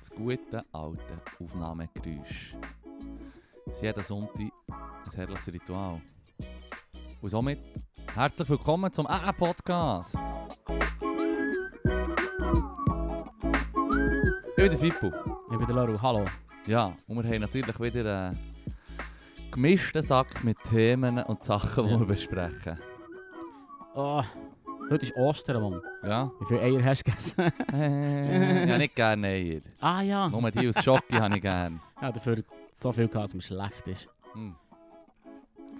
das gute alte Aufnahmegeräusch. Sie hat am Sonntag ein herrliches Ritual. Und somit herzlich willkommen zum AA Podcast. Ich bin der Fippo. Ich bin der Laru, hallo. Ja, und wir haben natürlich wieder einen gemischten Sack mit Themen und Sachen, die Ja. wir besprechen. Oh, heute ist Ostern, Mann. Ja? Wie viele Eier hast du gegessen? Äh, ja, nicht gerne Eier. ah ja. Nur die aus Schocke habe ich gerne. Ja, dafür so viel gehabt, dass mir schlecht ist. Hm,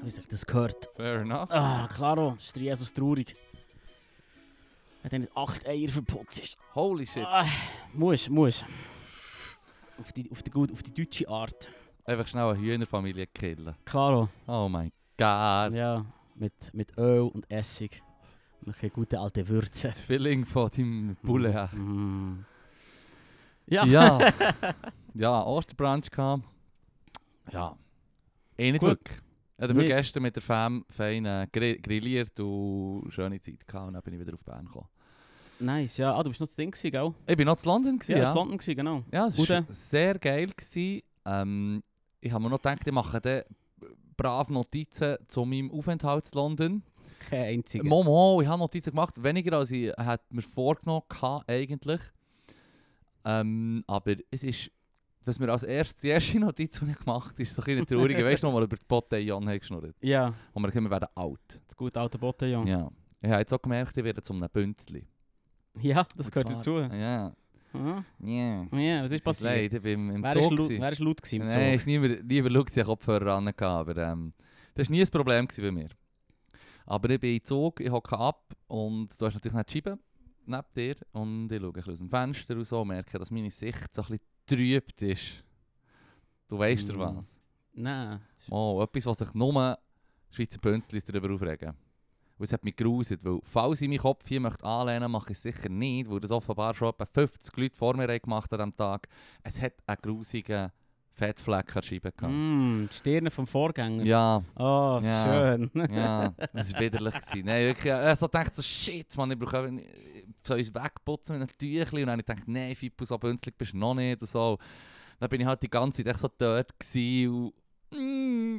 Wie sich das gehört. fair enough. Ah, klaro, das ist der Jesus traurig. Wenn du nicht acht Eier verputzt ist. Holy shit. Ah, muss, muss. Auf die, auf, die gut, auf die deutsche Art. Einfach schnell eine Hühnerfamilie killen. Klaro. Oh mein Gott. Ja, mit, mit Öl und Essig. Und ein bisschen gute alte Würze. Das Feeling von deinem Bulle. her. Mm. Ja. Ja. Ja, Osterbrunch kam. Ja. Eh nicht Gut. wirklich. Ich habe dafür Nicht. gestern mit der Fam fein äh, grill- grilliert und schöne Zeit gehabt. Und dann bin ich wieder auf Bern gekommen. Nice, ja. Ah, du bist noch das Ding gewesen, gell? Ich bin noch zu London. Gewesen, Ja, ja, das London gewesen, genau. Ja, es Und war dann? sehr geil. Gewesen. Ähm, ich habe mir noch gedacht, ich mache dann brav Notizen zu meinem Aufenthalt in London. Kein einziger. Momo, ich habe Notizen gemacht, weniger als ich hat mir vorgenommen hatte, eigentlich. Ähm, aber es ist, dass mir als erstes die erste Notiz, die ich gemacht habe, ist so ein bisschen traurig. weißt du, noch mal über das Botellon haben geschnurrt. ja, Und wir gesagt, wir werden alt. das gute alte Bottenjong. Ja. Ja. Ich habe jetzt auch gemerkt, ich werde zum einem Bünzli. ja, das Und gehört zwar- dazu. Ja. Ja, Ja. ja was ist passiert? Leid, ich bin im Wer ist, Zug. laut, gewesen. wer ist laut gewesen im Zug? Nein, ich nie mehr, lieber Lux, ich Kopfhörer angehabt, aber ähm, das war nie ein Problem gewesen bei mir. Aber ich bin in den Zug, ich hocke ab und du hast natürlich nicht die Scheibe neben dir und ich schaue ein bisschen aus dem Fenster und so und merke, dass meine Sicht so ein bisschen trübt ist. Du weißt ja Mm. was. Nein. Oh, etwas, was sich nur Schweizer Bünzlis darüber aufregen. Und es hat mich geruset, weil falls ich meinen Kopf hier möchte anlehnen möchte, mache ich es sicher nicht, weil das offenbar schon etwa 50 Leute vor mir haben gemacht haben an diesem Tag. Es hat einen grusigen Fettfleck an der Scheibe gehabt. Mm, die Stirne vom Vorgänger. Ja, Oh, Ja. schön. ja, das war widerlich. gewesen. Nein, wirklich, ich habe so gedacht, so, shit, man, ich brauche einfach- ich soll uns wegputzen mit einem Tüchli. Und dann habe ich gedacht, nein, Fippo, so bünzlig bist du noch nicht. Und so. Dann bin ich halt die ganze Zeit echt so dort gewesen und... Mm,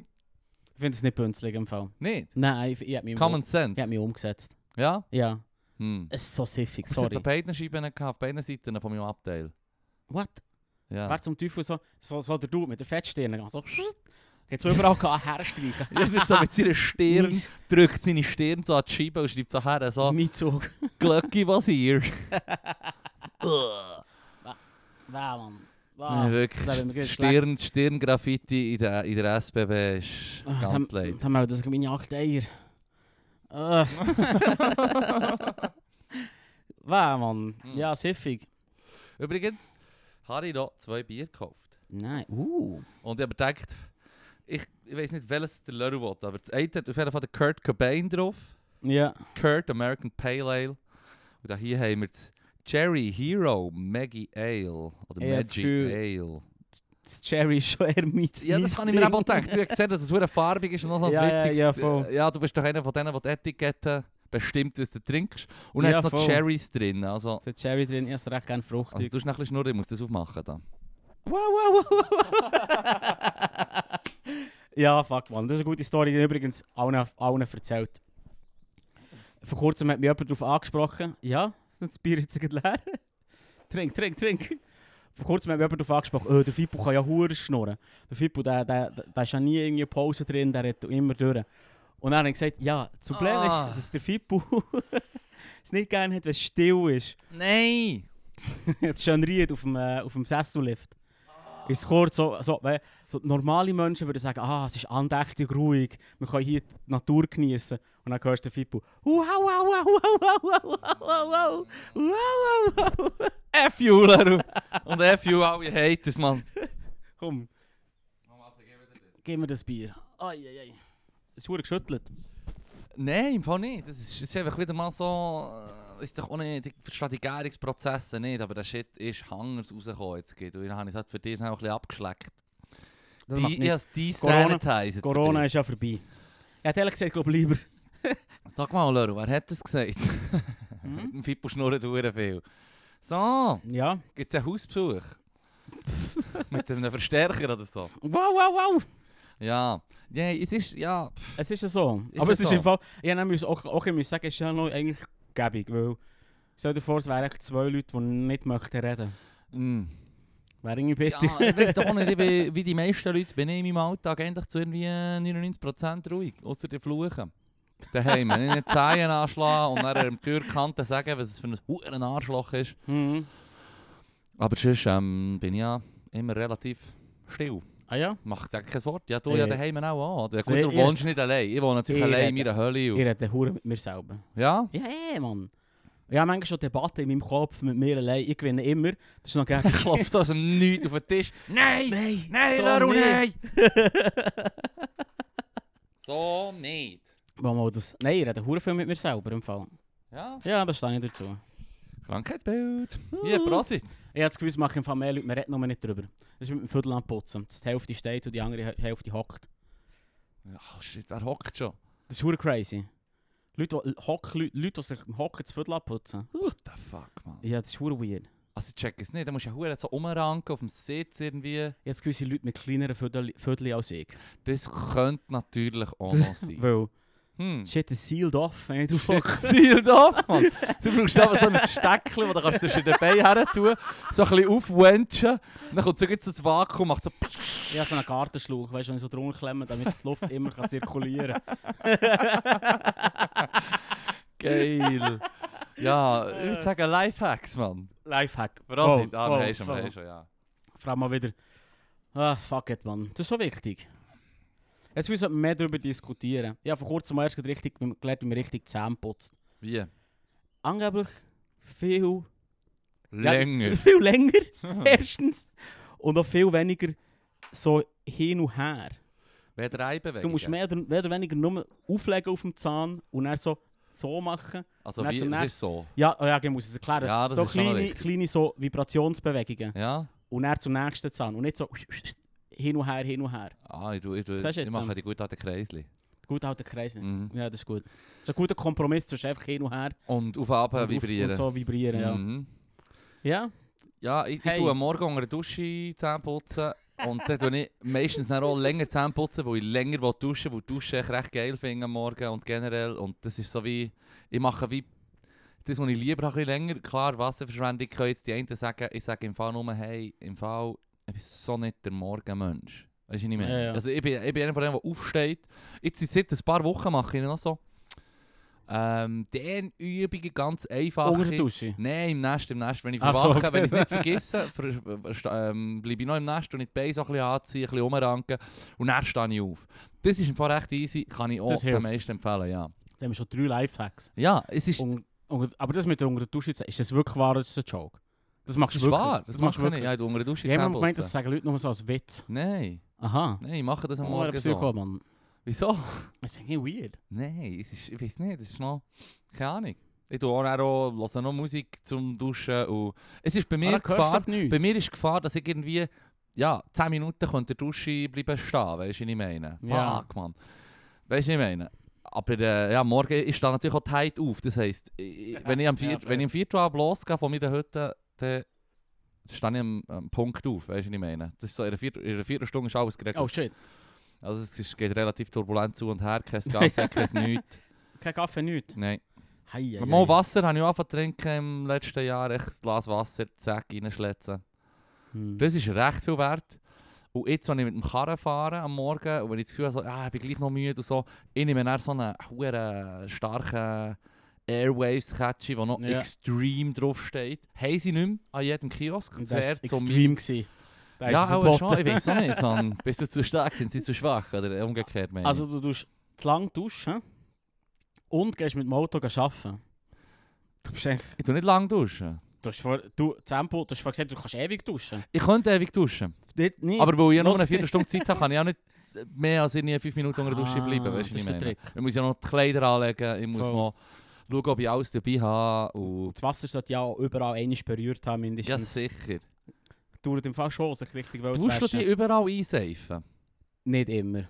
Ich finde es nicht bünzlig im Fall. nicht. Nein, ich, ich habe mich, um, Common ich hab Sense. mich umgesetzt. Ja? Ja, Hm. es ist so siffig, Ich hatte Äh, sorry. auf beiden Scheiben, gehabt, auf beiden Seiten von meinem Abteil. What? Ja. Wer zum Teufel so, so, so der Dude mit der Fettstirne? So, geht's überall kann herstreichen. Ich bin so mit seiner Stirn, Mein- drückt seine Stirn so an die Scheibe und schreibt so her, so, Mein Zug. Glöcki, was ihr? Wow, Mann. Ja, Wow. wirklich. da bin ich Das schlecht. Stirn, Stirngraffiti in der, in der SBB ist Ah, ganz dann- leid. Dann melden sich meine acht Eier. Äh. Wow, Mann. Hm. Ja, siffig. Übrigens habe ich noch zwei Bier gekauft. Nein, uh. Und ich habe gedacht, ich, ich weiß nicht, welches der Lörl will, aber das eine hat auf jeden Fall den Kurt Cobain drauf. Ja. Kurt American Pale Ale. Und dann hier haben wir das Cherry Hero Maggie Ale. Oder Ja, das Magic Gefühl- Ale. Das Cherry ist schon eher mein Ja, das mein habe ich mir Ding. eben auch gedacht. Du hast gesehen, dass es so farbig ist und noch so ein Ja, ja, witziges... äh, ja, voll. ja, du bist doch einer von denen, die die Etiketten bestimmt, was du trinkst. Und dann Ja, hat es noch voll. Cherries drin. Also, Es hat Cherry drin, ich esse recht gerne also fruchtig. du hast noch ein bisschen Schnurren, ich muss das aufmachen. Da. wow, wow, wow, wow. ja, fuck, Mann. Das ist eine gute Story, die ich übrigens allen, allen erzählt. Vor kurzem hat mich jemand darauf angesprochen. Ja, das Bier ist jetzt gerade leer. trink, trink, trink. Vor kurzem hat mich jemand darauf angesprochen, oh, der Fippo kann ja Huren schnurren. Der Fippo, der, der, der ist ja nie irgendwie Pause drin, der hat immer durch. Und dann habe ich gesagt, ja, das Problem Ah. ist, dass der Fippo es nicht gerne hat, wenn es still ist. Nein! Jetzt schon riet auf dem, äh, auf dem Sessellift. Ist kurz so, so, we- so normale Menschen würden sagen, ah, es ist andächtig ruhig, wir können hier die Natur genießen. Und dann hörst du den Fippo, wow, wow, wow, wow, wow, wow, wow, wow, wow, wow, wow. F you, Leru! Und F you, alle Haters, Mann. Komm, gib mir das Bier. Ai, ai, ai. Es ist verdammt geschüttelt. Nein, im Fall nicht. Das ist, das ist einfach wieder mal so... äh, Ist doch auch nicht, ich verstehe die Gärungsprozesse nicht, aber der Shit ist hangers rausgekommen jetzt. geht. Und dann habe ich es halt für dich noch ein bisschen abgeschleckt. Das Die- macht ich nichts. habe es Corona- desanitized. Corona ist ja vorbei. Ich hätte ehrlich gesagt, glaube lieber. Sag mal, Leru, wer hat das gesagt? Mit dem Fippo schnurren dauern viel. So, Ja, gibt es einen Hausbesuch? Mit einem Verstärker oder so. Wow, wow, wow! Ja. Ja, es ist, ja. pff, Es ist ja so. Ist Aber ja es ist so. im Fall. Ich habe nämlich auch, auch ich muss sagen, es ist ja noch eigentlich gäbig. Weil, stell dir vor, es wären echt zwei Leute, die nicht möchten reden. mm. Wäre irgendwie Ja, bitter. ich weiß auch nicht, ich bin, wie die meisten Leute bin ich in meinem Alltag eigentlich zu irgendwie 99% ruhig, außer den Fluchen. Daheim, wenn ich nicht die Zehen anschlage und dann am Türkante sagen, was es für ein huren Arschloch ist. Mhm. Aber sonst ähm, bin ich ja immer relativ still. Ah ja? Mach sag kein Wort. Ja, du ja Ey. daheim auch. Oder? Ja, gut, Sehr du ehrlich. wohnst nicht allein. Ich wohne natürlich Ich allein in rede. meiner Hölle. Ich und- rede Hure mit mir selber. Ja? Ja, eh, Mann. Ich habe manchmal schon Debatten in meinem Kopf mit mir allein. Ich gewinne immer. Das ist noch gegen. Ich klopfe so aus dem Nichts auf den Tisch. Nein! Nein! Nein, so Laru, nicht. nein! so nicht. Wo man das... Nein, ich rede hure viel mit mir selber im Fall. Ja. Ja, da stehe ich dazu. Krankheitsbild. Hier, Prosit. Ich habe das Gefühl, es machen im Fall mehr Leute, man redet nur nicht drüber. Das ist mit dem Viertel am Putzen. Dass die Hälfte steht und die andere Häl- Hälfte hockt. Oh shit, wer hockt schon? Das ist hure crazy. Leute, die, hock, Leute, Leute, die sich im Hocken das Viertel abputzen. What the fuck, man. Ja, das ist hure weird. Ich habe Also ich check es nicht. Da musst du ja verdammt so umranken auf dem Sitz irgendwie. das Gefühl, es sind Leute mit kleineren Viertel, Viertel als ich. Das könnte natürlich auch noch sein. Weil, Hm. shit, das sealed off, wenn ich drauf Shit, hocke. sealed off, Mann. Du brauchst aber so ein Steckchen, das du kannst zwischen den Beinen her tun, so ein bisschen aufwenschen. Dann kommt so jetzt das Vakuum, macht so... Ich habe so einen Gartenschlauch, weißt du, wenn ich so drunter klemme, damit die Luft immer kann zirkulieren kann. Geil. Ja, ich würde sagen Lifehacks, Mann. Lifehack. Prosit, ah, wir voll, haben schon, wir voll. haben schon, ja. Frag mal wieder. Ah, fuck it, man. Das ist so wichtig. Jetzt müssen wir mehr darüber diskutieren. Ich habe vor kurzem mal erst gerade richtig gelernt, wie man richtig die Zähne putzt. Wie? Angeblich viel, Länger. viel länger, erstens. Und auch viel weniger so hin und her. Wer drei bewegt. Du musst mehr oder, mehr oder weniger nur auflegen auf dem Zahn und dann so, so machen. Also Nicht wie, zum es ist so. Ja, oh ja, ich muss es erklären. Ja, das so ist schon noch kleine, wichtig. kleine so Vibrationsbewegungen. Ja? Und dann zum nächsten Zahn. Und nicht so hin und her, hin und her. Ah, ich, tu- ich, tu- Siehst du ich jetzt, mache ähm, die gut an den Kreisli. Gut alter Kreis. nicht? Mhm. Ja, das ist gut. Das ist ein guter Kompromiss zwischen einfach hin und her Und auf Abend und, auf- vibrieren. und so vibrieren. Mhm. Ja. ja, Ja, ich, ich Hey. tue am Morgen unter der Dusche Zähne putzen und dann tue ich meistens dann auch länger Zähne putzen, weil ich länger will duschen will, weil Duschen ich recht geil finde am Morgen und generell und das ist so wie, ich mache wie, das was ich lieber habe, ein bisschen länger, klar Wasserverschwendung können jetzt die einen sagen, ich sage im Fall nur, hey, im Fall, ich bin so nicht der Morgenmensch. Weißt du, was ich meine? Ja, ja. Also ich bin, ich bin einer von denen, der aufsteht. Jetzt seit ein paar Wochen mache ich noch so, ähm, Dehnübungen ganz einfach. unter der Dusche. Nein, im Nest, im Nest. Wenn ich Ach so, verwache, okay. wenn ich es nicht vergesse, ver- st- ähm, bleibe ich noch im Nest und ich die Beine so ein bisschen anziehen, ein bisschen rumranken und dann stehe ich auf. Das ist im Fall recht easy, kann ich auch Das den hilft. meisten empfehlen, ja. Jetzt haben wir schon drei Lifehacks. Ja, es ist, Und, und, aber das mit der unter der Dusche, ist das wirklich wahr oder ist das ein Joke? Das machst das du ist wirklich. wahr, das, machst du wirklich. Ja, du unter der Dusche Ich habe Zähne gemeint, das putzen. sagen Leute nur so als Witz. Nein, Aha. nein, ich mache das am Oh, ein Morgen so. Psycho, Mann. Wieso? Das ist irgendwie weird. Nein, es ist, ich weiß nicht, es ist noch, keine Ahnung. Ich tue auch, dann auch, höre noch Musik zum Duschen und es ist bei mir Aber dann Gefahr, Ah, hörst du doch nichts. Bei mir ist die Gefahr, dass ich irgendwie ja, 10 Minuten könnte in der Dusche bleiben stehen, weißt du, was ich meine? Ja. Fuck, Mann. Weißt du, was ich meine? Aber äh, ja, morgen ist da natürlich auch die Heid auf. Das heisst, ich, wenn ich am Ja, Viert- fair. wenn ich am Viertelabend losgehe von meiner Hütte, dann stehe ich am, am Punkt auf, weißt du, was ich meine? Das ist so, in der Viert- in der Viertelstunde ist alles geregelt. Oh shit. Also es ist, geht relativ turbulent zu und her, kein Kaffee, kein nichts. Kein Kaffee, nichts. Nein. Hei, hei, Mal hei. Wasser habe ich auch angefangen zu trinken im letzten Jahr. Ich ein Glas Wasser, zack, reinschletzen. Hm. Das ist recht viel wert. Und jetzt, wenn ich mit dem Karren fahre am Morgen und wenn ich das Gefühl habe, so, ah, ich bin gleich noch müde und so, ich nehme dann so einen huere starken Airwaves-Catchy, der noch Ja. Extreme draufsteht. Haben sie nicht mehr an jedem Kiosk. Und Sehr Das war zum- extrem. gewesen. Da ist Ja, er aber schon, verboten. ich weiß auch nicht. Son. Bist du zu stark, sind sie zu schwach oder umgekehrt? Meine Also du tust zu lang duschen und gehst mit dem Auto gehen arbeiten. Du bist eigentlich... ich. ich tue nicht lange duschen. Du hast vor... Du, Tempo, du hast vorher gesagt, du kannst ewig duschen. Ich könnte ewig duschen. Nicht, nicht. Aber weil ich ja nur Los- eine Viertelstunde Zeit habe, kann ich auch nicht mehr als irgendwie fünf Minuten unter der Dusche Ah, bleiben. Weißt du, das was ich ist der meine? Trick. Ich muss ja noch die Kleider anlegen, ich muss Voll. noch schauen, ob ich alles dabei habe. Und Das Wasser sollte ja auch überall einiges berührt haben ja, mindestens. sicher. Dauert im Fall schon, sich richtig wohl Du zu musst du die waschen. überall einseifen. Nicht immer.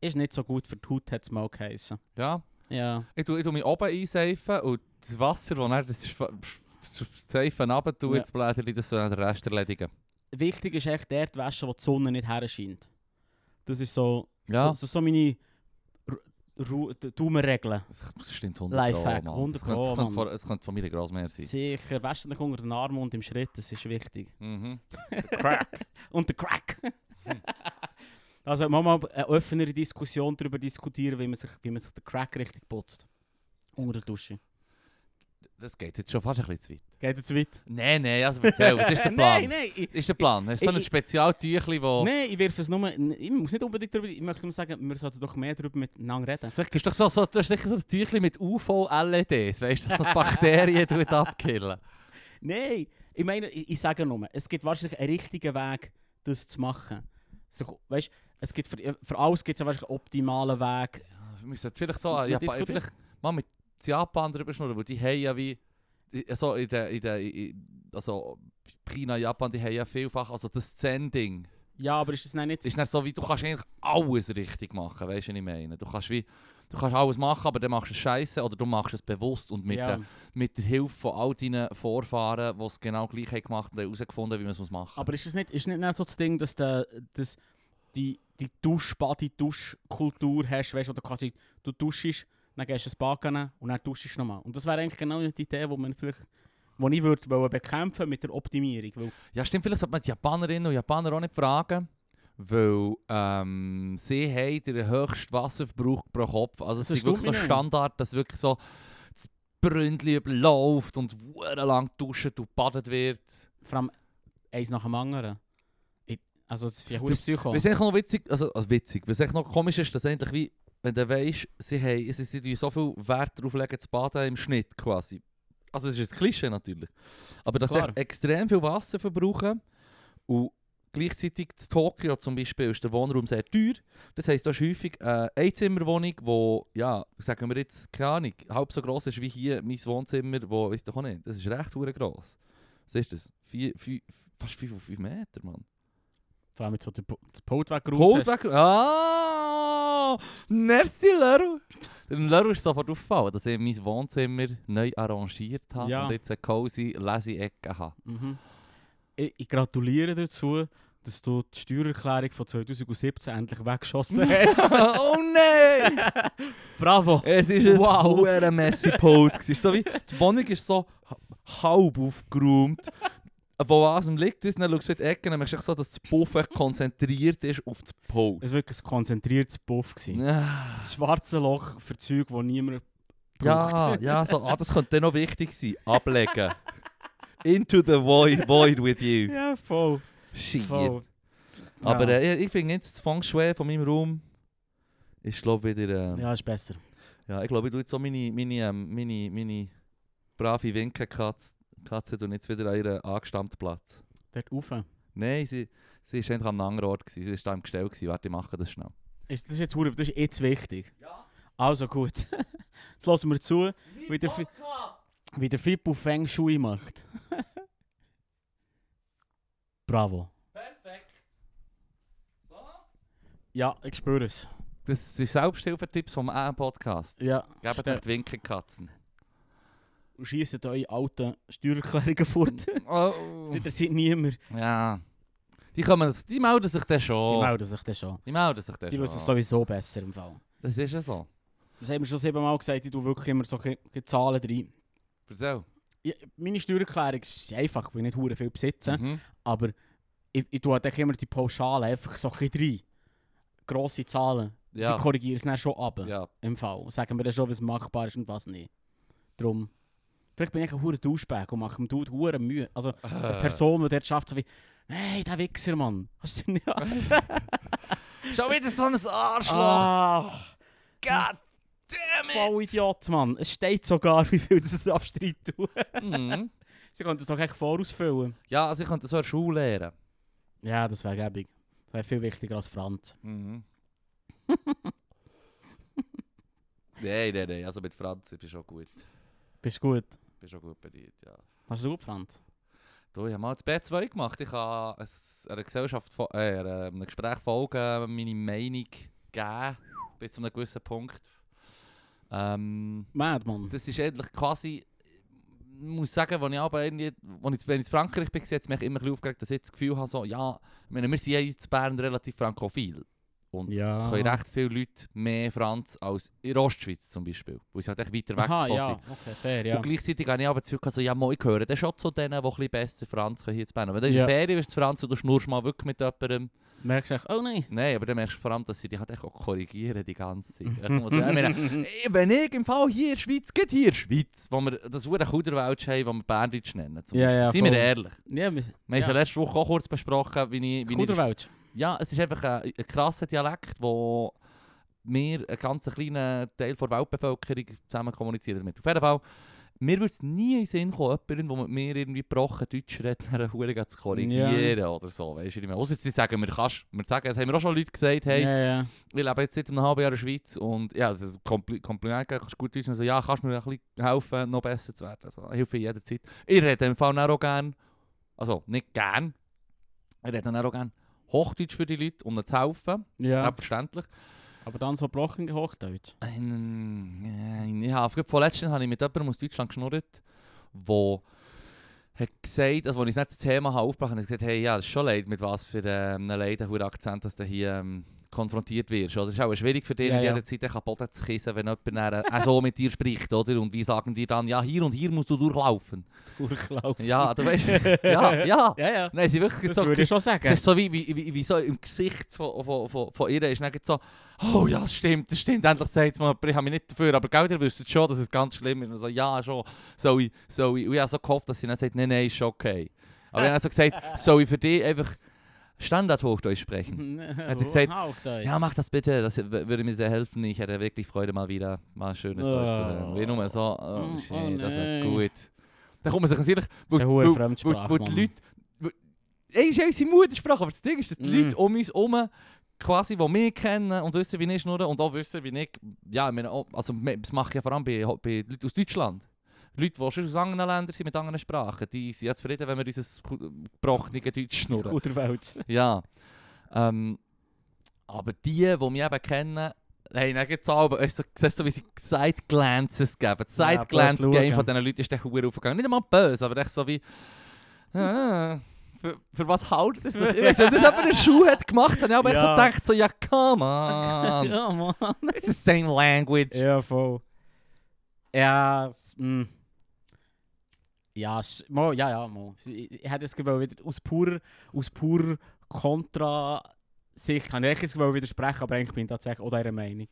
Ist nicht so gut für die Haut, hat es mal geheißen. Ja? Ja. Ich tue, ich tue mich oben einseifen und das Wasser, das er das Seifen runter tut, Ja. das Blätterchen, das soll dann den Rest erledigen. wichtig ist echt der die Wäsche, wo die Sonne nicht her scheint. Das ist so, Ja, so, so, so meine Ru- Ru- D- Daumenregel. das stimmt 100 Lifehack, Pro, 100 Mann. Pro, Es könnte, Mann. von- es könnte von mir Grossmär sein. Sicher, wäscht dich unter den Arm und im Schritt, das ist wichtig. Mhm. Und der Crack! also man mal eine offenere Diskussion darüber diskutieren, wie man sich, wie man sich den Crack richtig putzt. Unter der Dusche. Das geht jetzt schon fast ein bisschen zu weit. Geht er zu weit? Nein, nein, also erzähl, was ist der Plan? Oh. nein, nein! Ich, Ist der Plan? Hast du so ein Ich- Spezialtüchli, wo... nein, ich werfe es nur... Ich muss nicht unbedingt darüber... Ich möchte nur sagen, wir sollten doch mehr darüber miteinander reden. Vielleicht Du hast doch so, so, du hast sicher so ein Tüchli mit UV-LEDs, E weißt du, dass so die Bakterien tut abkillen. Nein, ich meine, ich, ich sage nur, es gibt wahrscheinlich einen richtigen Weg, dus das zu machen. Sich, weißt, es gibt für, für alles gibt es wahrscheinlich einen optimalen Weg. Ja, Wir sollten vielleicht so, Wir ja, diskutieren. vielleicht mal mit den Japan drüber schnurren, weil die haben ja wie, die- so in der, in der, in- also China, Japan, die haben ja vielfach, also das Zen-Ding, Ja, aber ist das dann Es nicht... ist nicht so wie, du kannst eigentlich alles richtig machen, weißt du, was ich meine? Du kannst wie, du kannst alles machen, aber dann machst du es scheiße oder du machst es bewusst und mit, ja, der, mit der Hilfe von all deinen Vorfahren, die es genau gleich haben gemacht und haben herausgefunden, wie man es muss machen aber ist das nicht, ist nicht dann so das Ding, dass, der, dass die, die Duschbad, die Duschkultur hast, weißt, wo du quasi du duschst, dann gehst du ins Bad rein und dann duschst du nochmal. Und das wäre eigentlich genau die Idee, die man vielleicht... Die ich würde wollen bekämpfen mit der Optimierung. Weil Ja, stimmt, vielleicht sollte man die Japanerinnen und Japaner auch nicht fragen, weil ähm, sie haben den höchsten Wasserverbrauch pro Kopf. Also es Das ist wirklich so erstaunt mich nicht. Standard, dass wirklich so das Bründli überläuft und lang duschen und badet wird. vor allem eins nach dem anderen. Ich, also das ist vielleicht Das- Psycho. Was eigentlich noch witzig, also, also witzig, was eigentlich noch komisch ist, dass eigentlich wie, wenn du weisst, sie haben, sie, sie tun so viel Wert darauf legen zu baden im Schnitt quasi. Also es ist ein Klischee natürlich. Aber dass sie Klar. echt extrem viel Wasser verbrauchen und gleichzeitig in Tokio zum Beispiel ist der Wohnraum sehr teuer. Das heisst, da ist häufig eine Einzimmerwohnung, wo, ja, sagen wir jetzt, keine Ahnung, halb so gross ist wie hier mein Wohnzimmer, wo, weißt du auch nicht, das ist recht hure gross. Was ist das? Vier, fünf, fast 5 auf 5 Meter, Mann. Vor allem jetzt, wo du den Po- das Pult weggeräumt Cold hast. weg. Ah! Merci, Leru! Dem Leru ist sofort aufgefallen, dass ich mein Wohnzimmer neu arrangiert habe Ja. und jetzt eine cozy, lazy Ecke habe. Mhm. Ich, ich gratuliere dazu, dass du die Steuererklärung von 2017 endlich weggeschossen hast. oh nein! Bravo! Es ist ein Wow. wow. ein messy Pult. gewesen. so wie, die Wohnung ist so ha- halb aufgeräumt. Wo was im Licht ist, dann schaust du in die Ecke und merkst echt so, dass das Puff echt konzentriert ist auf das Pult. Es war wirklich ein konzentriertes Puff. Gewesen. Ah. Das schwarze Loch für Zeug, das niemand braucht. Ja, ja, so, ah, das könnte dann noch wichtig sein. Ablegen. Into the void, void with you. Ja, voll. Shit. voll. Aber ja. äh, ich finde jetzt das Feng Shui von meinem Raum ist glaube wieder... Ähm, ja. ja, ist besser. ich glaube, ich tue jetzt so meine, meine, ähm, meine, meine brave Winkelkatze Katze und jetzt wieder an ihren angestammten Platz. Dort rauf. Nein, sie, sie ist eigentlich am anderen Ort. Gewesen. Sie ist da im Gestell. Gewesen. Warte, ich mache das schnell. Ist, das, ist jetzt, hure- das ist jetzt wichtig. Also gut. Jetzt lassen wir zu, wie der, Fi- wie der Fippo Feng Shui macht. Bravo. Perfekt. So. Ja, ich spüre es. Das sind Selbsthilfetipps vom A-Podcast. Ja, Gebt ste- euch die Winkelkatzen. schiesset eure alten Steuererklärungen fort. Oh. Das interessiert niemand. Ja. Die, kommen, die melden sich dann Die schon. melden sich dann schon. Die melden sich dann Die wissen es schon. sowieso besser im Fall. Das ist ja so. Das haben wir schon siebenmal gesagt, ich tue wirklich immer so ein bisschen Zahlen rein. Erzähl. Ja, meine Steuererklärung ist einfach, weil ich nicht hure viel besitze. Mhm. Aber ich, ich tue halt echt immer die Pauschale einfach so ein bisschen rein. Grosse Zahlen. Ja. Sie korrigieren es dann schon ab. Ja. Im Fall. Sagen wir dann schon, was machbar ist und was nicht. Drum. Vielleicht bin ich ein hoher Duschbag und mache dem Dude hohe Mühe. Also Eh. Äh. eine Person, die dort schafft, so wie, hey, der Wichser, Mann. Hast du nicht Schon wieder so ein Arschloch. Ah, God damn voll Idiot, Mann. Es steht sogar, wie viel das darfst du tun. it. mhm. Sie können das doch echt vorausfüllen. Ja, also ich könnte so eine Schule lehren. Ja, das wäre gäbig. Das wäre viel wichtiger als Franz. Mhm. nein, nein, nein. Also mit Franzi bist du auch gut. Bist du gut? Bist du auch gut bedient, ja. Hast du gut, Franz? Du, ich habe mal das B2 gemacht. Ich habe es- einer Gesellschaft, fo- äh, einer- einem Gespräch folgen, meine Meinung geben, bis zu einem gewissen Punkt. Ähm, Mad, Mann. das ist eigentlich quasi muss sagen, wenn ich, aber irgendwie, wenn ich, wenn ich in Frankreich bin, hat es mich immer ein bisschen aufgeregt, dass ich jetzt das Gefühl habe, so, ja, ich meine, wir sind ja jetzt in Bern relativ frankophil. Und Ja. es können recht viele Leute mehr Franz als in der Ostschweiz zum Beispiel, wo es halt echt weiter weg Aha, davon ja, sind. okay, fair, ja. Und gleichzeitig habe ich aber das Gefühl, gehabt, so, ja, moi, ich gehöre dann schon zu denen, die ein bisschen besser Franz können hier zu Bern. Wenn du in Ja. der Ferien bist, in Franz, und du schnurst mal wirklich mit jemandem, Merkst du echt, oh nein. Nein, aber dann merkst du vor allem, dass sie dich halt echt auch korrigieren die ganze Zeit. Ich muss ja- ich Hm. meine, eh, wenn ich im Fall hier in der Schweiz, geht hier in der Schweiz, wo wir das hure Kuderwelsch haben, wo wir Berndeutsch nennen. Zum Ja, Beispiel. ja, Seien wir voll. ehrlich. Wir Ja, wir- haben es ja ja. letzte Woche auch kurz besprochen, wie ich... Wie ich das- Kuderwelsch. ja, es ist einfach ein, ein krasser Dialekt, wo wir einen ganz kleinen Teil der Weltbevölkerung zusammen kommunizieren damit. Auf jeden Fall, mir würde es nie in den Sinn kommen, jemanden, der mit mir irgendwie gebrochen Deutsch redet, nachher verdammt zu korrigieren oder so. Weißt du, ich meine, ausser sie sagen, wir kannst, wir sagen, das haben wir auch schon Leute gesagt, hey, Ja, ja. ich lebe jetzt seit einem halben Jahr in der Schweiz und ja, also, es ist ein Kompli Kompliment, gegeben, kannst gut Deutsch und so, ja, kannst mir ein bisschen helfen, noch besser zu werden. Also, hilf mir jederzeit. Ich rede im Fall dann auch gerne, also nicht gern, ich rede dann auch gerne Hochdeutsch für die Leute, um ihnen zu helfen, ja. selbstverständlich. Aber dann so gebrochen Hochdeutsch. Ähm, äh, Ja, vorletzten habe ich mit jemandem aus Deutschland geschnurrt, der hat gesagt, also als ich das letzte Thema habe aufgebracht habe, hat er gesagt, hey, ja, das ist schon leid, mit was für ähm, einem leiden hohen Akzent, dass du hier ähm, konfrontiert wirst. Oder? Es ist auch schwierig für dich, Ja, in ja. jeder Zeit kaputt zu kissen, wenn jemand dann, äh, so mit dir spricht, oder? Und wie sagen dir dann, ja, hier und hier musst du durchlaufen. Durchlaufen. Ja, du weißt, ja, ja. Ja, ja. Nein, sie wirklich Das so, würde ich schon sagen. das ist so wie, wie, wie, wie so im Gesicht von, von, von, von ihr ist dann gerade so, oh ja, das stimmt, das stimmt, endlich sagt es mal, ich habe mich nicht dafür, aber gell, ihr wisst schon, dass es ganz schlimm ist. Und so, ja, schon, soll ich, soll ich, und ich habe so gehofft, dass sie dann sagt, nein, nein, ist schon okay. Aber ich habe so gesagt, soll ich für dich einfach Standardhochdeutsch sprechen? Hat sie gesagt, Hochdeutsch. Ja, mach das bitte, das würde mir sehr helfen, ich hätte wirklich Freude, mal wieder mal schönes Deutsch zu hören. Und ich nur so, oh Oh, shit, oh das ist nein. gut. Dann kommt man sich natürlich, Das ist eine weil- hohe weil- Fremdsprache, Wo, wo Mann. die Leute... Wo, Ey, ist ja unsere Muttersprache, aber das Ding ist, dass die Mm. Leute um uns herum, quasi, die mich kennen und wissen, wie ich schnurre und auch wissen, wie ich... Ja, ich meine, auch- also, me- das mache ich ja vor allem bei, bei Leuten aus Deutschland. Leute, die schon aus anderen Ländern sind, mit anderen Sprachen, die sind jetzt zufrieden, wenn wir unser ku- gebrochene Deutsch schnurren. Kuderwelsch. Ja. Ähm, aber die, die mich eben kennen, hey, dann gibt es auch, weißt du, siehst du, wie sie Side-Glances geben. Das Ja, bloß Side-Glance-Game schauen. von diesen Leuten ist der Huren aufgegangen. Nicht einmal böse, aber echt so wie. ah, für, für was haut er sich? Ich weiss, wenn das jemand in der Schule hat gemacht, habe ich aber echt so Ja. gedacht, so, ja, come on. Ja, Mann. It's the same language. Ja, voll. Ja, s- mm. ja, s- mo, ja, ja, mo. Ich, ich hätte es gewollt wieder aus pur, aus pur Kontrasicht, habe ich jetzt gewollt widersprechen, aber eigentlich bin ich tatsächlich auch deiner Meinung.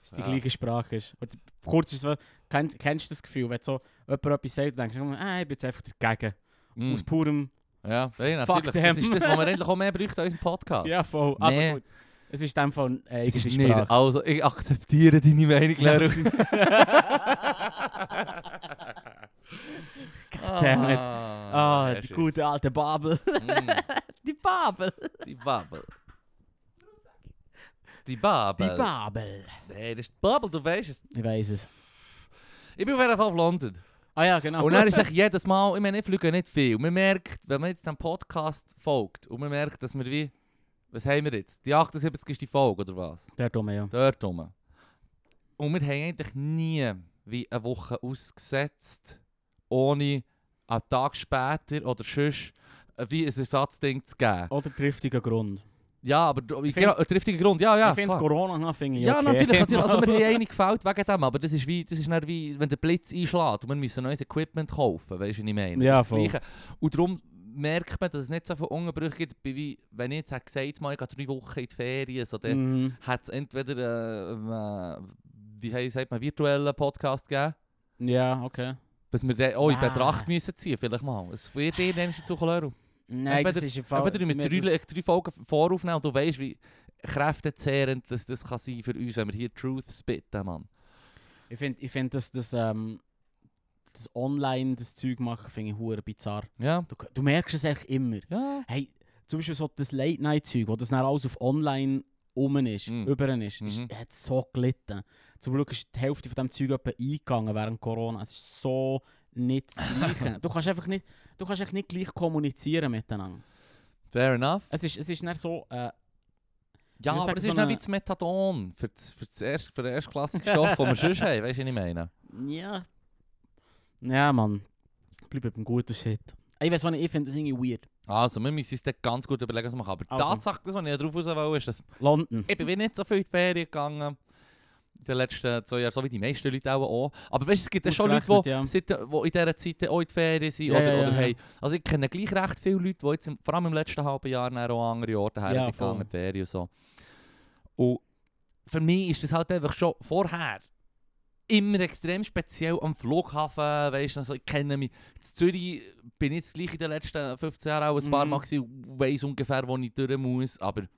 Dass es die Ja. gleiche Sprache ist. Und kurz ist so, kenn, kennst du das Gefühl, wenn so jemand etwas sagt, dann denkst du, ah, ich bin jetzt einfach dagegen. Mm. Aus purem, Ja, ja, natürlich. Fuck Das them. ist das, was wir endlich auch mehr bräuchten an unserem Podcast. ja voll. Also Nee. gut, es ist in dem Fall eine Es eigene ist nicht. Sprache. Also, ich akzeptiere deine Meinung, Lehrer. Ah, damn it. Ah, Ah, sehr die schön. gute alte Babel. Mm, Die Babel. die Babel. Die Babel. Die Babel. Nee, dus das ist die Babel, du weißt es. Ich weiß es. Ich bin auf jeden Fall auf London. Ah ja, genau. Und dann ist echt jedes Mal, ich meine, ich fliege nicht viel. Man merkt, wenn man jetzt dem Podcast folgt und man merkt, dass wir wie, was haben wir jetzt? Die 78 ist die Folge oder was? der Dumme, ja. Dort rum. Und wir haben eigentlich nie wie eine Woche ausgesetzt, ohne einen Tag später oder sonst äh, wie ein Ersatzding zu geben. Oder triftiger Grund. Ja, aber du- ich find- genau, der richtige Grund, ja, ja. ich finde klar. Corona noch finde ich ja, okay. natürlich, natürlich. Also wir haben eine gefällt wegen dem, aber das ist wie, das ist nicht wie, wenn der Blitz einschlägt und wir müssen neues Equipment kaufen, weißt du, was ich meine? Ja, das ist das voll. Gleiche. Und darum merkt man, dass es nicht so viele Unterbrüche gibt, wie- wie wenn ich jetzt hätte gesagt mal, ich gehe drei Wochen in die Ferien, so dann Mhm. hat es entweder, äh, äh, wie heisst- sagt man, virtuellen Podcast gegeben, Ja, okay. dass wir den auch in Ah. Betracht müssen ziehen, vielleicht mal. Es wird dir nämlich zu Euro. Nein, das Entweder- ist im Fall... Aber du mit mir- drei, das- drei Folgen voraufnehmen und du weißt, wie kräftezehrend das, das kann sein für uns, wenn wir hier Truth spitten, Mann. Ich finde, ich find, dass das, ähm, das Online, das Zeug machen, finde ich hure bizarr. Ja, Du, du merkst es echt immer. ja. Hey, zum Beispiel so das Late-Night-Zeug, wo das dann alles auf Online um ist, Mhm. über ist, ist Mhm. hat so gelitten. Zum Glück ist die Hälfte von dem Zeug etwa eingegangen während Corona. Es ist so nicht das Gleiche. du kannst einfach nicht, du kannst echt nicht gleich kommunizieren miteinander. Fair enough. Es ist, es ist dann so, äh, Ja, Ich aber sag es so ist nicht eine- wie das Methadon für, das, für, das erst, für den erstklassigen Stoff, den wir sonst haben. Weißt du, was ich meine? ja. Ja, Mann. bleibe beim guten Shit. Ich weiß nicht, ich finde das irgendwie weird. Also, wir müssen uns dann ganz gut überlegen, was wir machen. Aber Also. Tatsache, das, was ich drauf raus wollte, ist, dass London. ich bin wie nicht so viel in die Ferien gegangen in den letzten zwei Jahren, so wie die meisten Leute auch. auch. Aber weißt du, es gibt ja schon Leute, die Ausgerechnet, ja. seit- die in dieser Zeit auch in die Ferien sind. Ja, oder, ja, oder ja. Hey, also ich kenne gleich recht viele Leute, die jetzt, im- vor allem im letzten halben Jahr, dann auch an andere Orte her Ja, sind voll. gegangen, in die Ferien und so. Und für mich ist das halt einfach schon vorher immer extrem speziell am Flughafen, weißt du, also ich kenne mich, in Zürich bin ich jetzt gleich in den letzten 15 Jahren auch ein paar Mhm. Mal gewesen, weiss ungefähr, wo ich durch muss, aber du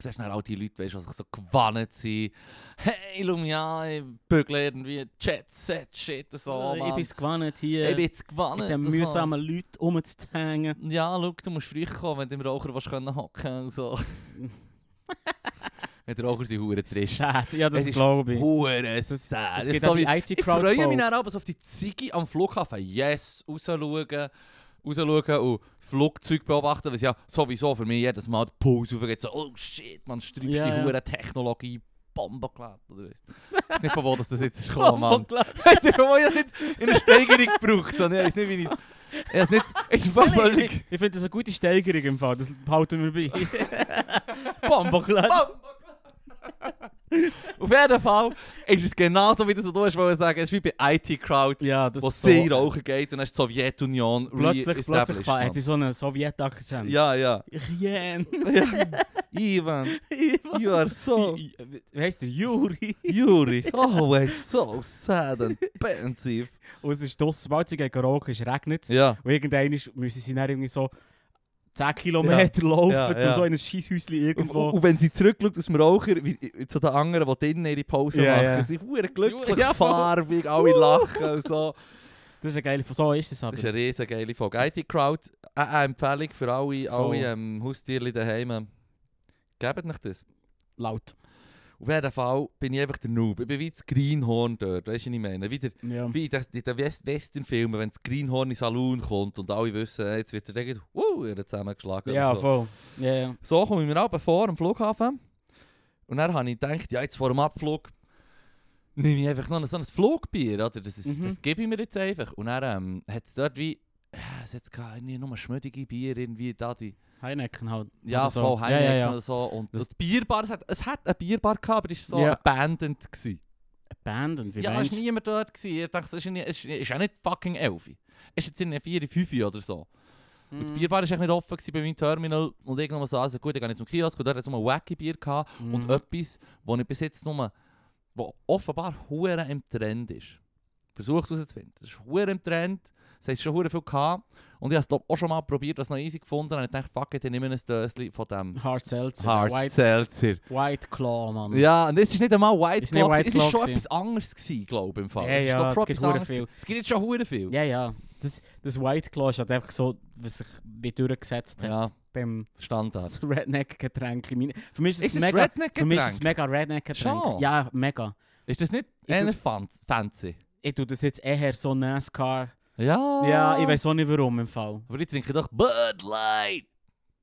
siehst dann auch die Leute, weißt du, die sich so gewannet sind, hey Lumia, ich bügle irgendwie Jet Set Shit und so, Äh, ich Mann. bin Ich es gewohnt, hier bin jetzt gewannet. mit den und so. mühsamen Leuten rumzuhängen. Ja, schau, du musst früh kommen, wenn du im Raucher willst können hocken und so. Wenn der Raucher sind Huren trist. Sad. Ja, das Es ist glaube ich. Huren Das- sad. Es Das gibt ist auch so die wie- Ich IT-Crowd freue mich voll. dann abends auf die Ziege am Flughafen. Yes, rausschauen, rausschauen und Flugzeug beobachten, was Dus ja sowieso für mich jedes Mal die Pulse aufgeht. So, oh shit, man streibst Ja, die ja. Huren Technologie. Bombenglad, oder weißt Ich weiß nicht, von wo das das jetzt ist gekommen, Mann. Bombenglad. Ich weiß nicht, von wo ich das jetzt in eine Steigerung gebraucht habe. Ich weiß nicht, wie ich es... Ich weiß nicht, es ist voll völlig... Ich finde das eine gute Steigerung im Fall, das behalten wir bei. Bomboklatt. Auf jeden Fall ist es genauso, wie du so du hast wollen sagen. Es ist wie bei IT-Crowd, Ja, das wo ist sehr so- rauchen geht und dann ist die Sowjetunion Plötzlich, plötzlich re-established, fa- hat Mann. sie so einen Sowjet-Akzent. Ja, ja. eh, Rien. Ivan, you are so... Wie wie heisst der? Juri. Yuri, always so sad and pensive. Und es ist draussen, sobald sie gegen Rauchen ist, regnet es. Ja. Und irgendwann ist- müssen sie dann irgendwie so 10 Kilometer laufen, Ja, zu ja. so einem Scheisshäuschen Und, irgendwo. und wenn sie zurückschaut aus dem Raucher, wie, wie zu den anderen, die drinnen ihre Pause Ja, machen, ja. sind sie verdammt glücklich, Ja, voll. farbig, alle lachen und so. Das ist eine geile So ist es aber. Das ist eine riesige geile Folge. IT Crowd, eine eine Empfehlung für alle, Voll. alle ähm, Haustierli daheim. Gebt euch das. laut. Auf jeden Fall bin ich einfach der Noob. Ich bin wie das Greenhorn dort, weißt du, was ich meine? Wie, der, Ja. wie in den- in den West Western-Filmen, wenn das Greenhorn in den Saloon kommt und alle wissen, äh, jetzt wird er irgendwie uh, er hat zusammengeschlagen. oder Ja, so. voll. Ja, ja. So komme ich mir aber vor am Flughafen. Und dann habe ich gedacht, ja, jetzt vor dem Abflug nehme ich einfach noch so ein Flugbier, oder? Das, ist, Mhm. das gebe ich mir jetzt einfach. Und dann ähm, hat es dort wie. äh, Es hat irgendwie nur schmödige Bier, irgendwie da die. Heineken halt. Ja, Oder so. voll Heineken Ja, ja, ja. oder so. Und Das- das die Bierbar, es hat, es hat eine Bierbar gehabt, aber es war so Ja. abandoned. Gewesen. Abandoned, wie Ja, es meinst war du? niemand dort. Gewesen. Ich dachte, es ist, irgendwie- es ist, es ist auch nicht fucking 11. Es ist jetzt in 4, 5 oder so. Und die Mm. Bierbar war echt nicht offen gewesen bei meinem Terminal. Und irgendwann so, also gut, ich gehe jetzt zum Kiosk. Und dort hat es nur ein wacky Bier gehabt. Und Mhm. etwas, wo ich bis jetzt nur, wo offenbar hure im Trend ist. Versuch es herauszufinden. Das ist hure im Trend. Das heisst, schon hure viel gehabt. Und ich habe es glaub, auch schon mal probiert, was noch easy gefunden. Und ich dachte, fuck it, ich nehme ein Döschen von dem Hard Seltzer. Hard White, Seltzer. White Claw, Mann. Ja, und es ist nicht einmal White Ist nicht Claw. White gewesen. Es ist Claw schon gewesen. etwas anderes gewesen, glaube ich, im Fall. Ja, Es ist, ja, glaub, schon es gibt etwas hure anderes viel. gewesen. Es gibt jetzt schon hure viel. Ja, ja. Das, das White Claw ist halt einfach so, was sich wie durchgesetzt hat Ja, beim Standard. Redneck-Getränk. Meine- Für mich ist es Ist das mega... Redneck Für mich ist Getränk? es mega Redneck-Getränk. Schon? Ja, mega. Ist das nicht Ich tu- eher fan- fancy? Ich tue das jetzt eher so NASCAR. Ja. Ja, ich weiß auch nicht warum im Fall. Aber ich trinke doch Bud Light.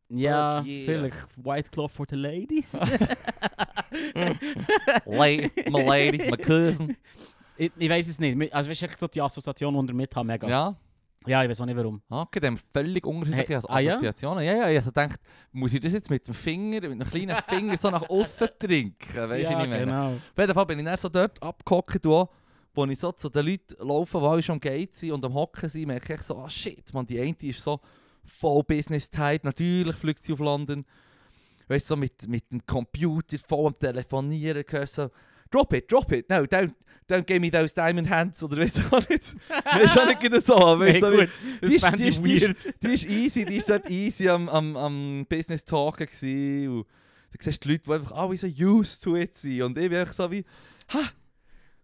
Ja, Fuck yeah. vielleicht White Claw for the Ladies. Lady, my lady, my cousin. ich ich weiß es nicht. Mi- Also, weißt du, echt so die Assoziation unter mit haben mega. Ja, Ja. Oh, ich weiß auch nicht warum. Okay, dann völlig unterschiedliche Hey, As- ah ja? Assoziationen. Ja, ja, ich also gedacht, muss ich das jetzt mit dem Finger, mit einem kleinen Finger so nach außen trinken? Weißt du, ja, was ich meine? genau. Auf jeden Fall bin ich dann so dort abgehockt, wo wo ich so zu den Leuten laufe, die alle schon am Gate sind und am Hocken sind, merke ich so, ah shit, man, die eine ist so voll Business-Type, natürlich fliegt sie auf London. Weißt du, so mit, mit dem Computer, voll am Telefonieren, hörst so, drop it, drop it, no, don't, don't give me those diamond hands, oder weißt du auch nicht. Nein, ist auch nicht gerade so, Nee, weißt du, so wie- gut. die Das ist- fand die ich ist- die ist- weird. die ist easy, die ist dort easy am, am, am Business Talken gsi und da siehst du die Leute, die einfach alle so used to it sind und ich bin einfach so wie, ha,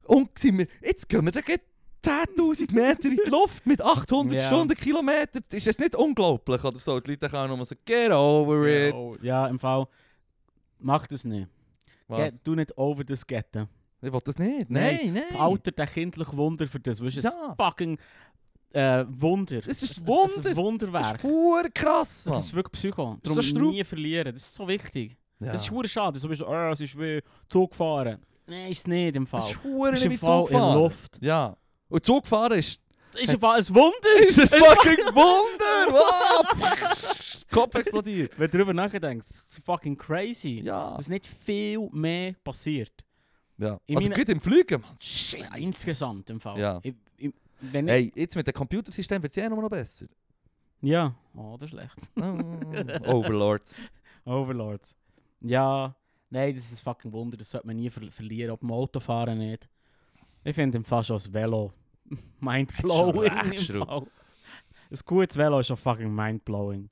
und sind wir, jetzt gehen wir da gleich 10'000 Meter in die Luft mit 800 Ja. Stundenkilometer, ist das nicht unglaublich oder so? Die Leute können nur so, get over it. Ja, Ja, im Fall. Mach das nicht. Was? dus Get, du nicht over das Getten. Ich will das nicht, Nein. nein, nein. Alter, der kindliche Wunder für das. Weißt du, Ja. ein dus, fucking äh, Wunder. Es ist ein- Wunder. Ein das Wunderwerk. ist verdammt krass, Mann. Das ist wirklich Psycho. so Darum strub- nie verlieren. Das ist so wichtig. ja. Das ist hure schade. So bist du, oh, es ist wie Zug fahren. Nein, ist nicht im Fall. Das ist verdammt Bist im wie Fall in der Zugfahren. Luft. Ja. Und Zugfahren ist ist ein, ein Wunder. Ist das fucking Wunder? Wow. Kopf explodiert. Wenn du darüber nachdenkst, das ist fucking crazy. Ja. Dass nicht viel mehr passiert. ja. Ich Also meine- gut im Fliegen, Mann. Shit. Ja, insgesamt im Fall. Ja. Ich, ich, wenn ich, Hey, jetzt mit dem Computersystem wird es eh nur noch besser. Ja. Oh, das ist schlecht. Mm, Overlords. Overlord. Ja, nein, das ist ein fucking Wunder. Das sollte man nie ver verlieren. Ob dem Autofahren nicht. Ich finde fast schon das Velo mindblowing. Hast schon recht, im Schru. Fall. Ein gutes Velo ist schon fucking mindblowing.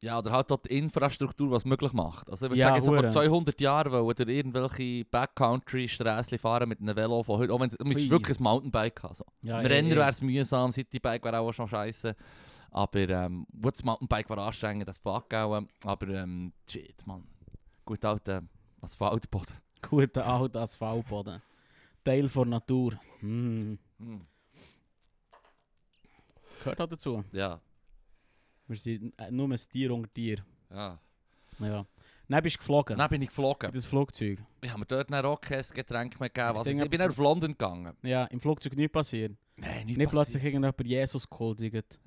Ja, oder halt auch die Infrastruktur, was möglich macht. Also ich würde Ja, sagen, so vor hure. 200 Jahren wollen ihr irgendwelche Backcountry-Straßen fahren mit einem Velo von heute. Auch wenn es- man Ui. müsste wirklich ein Mountainbike haben. So. Ja, Im Rennen wäre es mühsam, Citybike wäre auch schon scheiße. Aber ähm, gut, das Mountainbike war anstrengend, das Fuck auch. Aber ähm, shit, Mann. Gut alter Asphaltboden. Guter alter Asphaltboden. Teil von Natur. Hm. Hm, Gehört auch dazu. Ja, Wir sind äh, nur ein Tier unter Tier. ja. Ja. Dann bist du geflogen. Dann bin ich geflogen. In das Flugzeug. Ich habe mir dort dann auch kein Getränk mehr gegeben. Was Ich ich, denke, ich bin etwas- auf London gegangen. Ja, im Flugzeug nichts passiert. Nein, Nicht plötzlich irgendjemand Jesus geholt. irgend.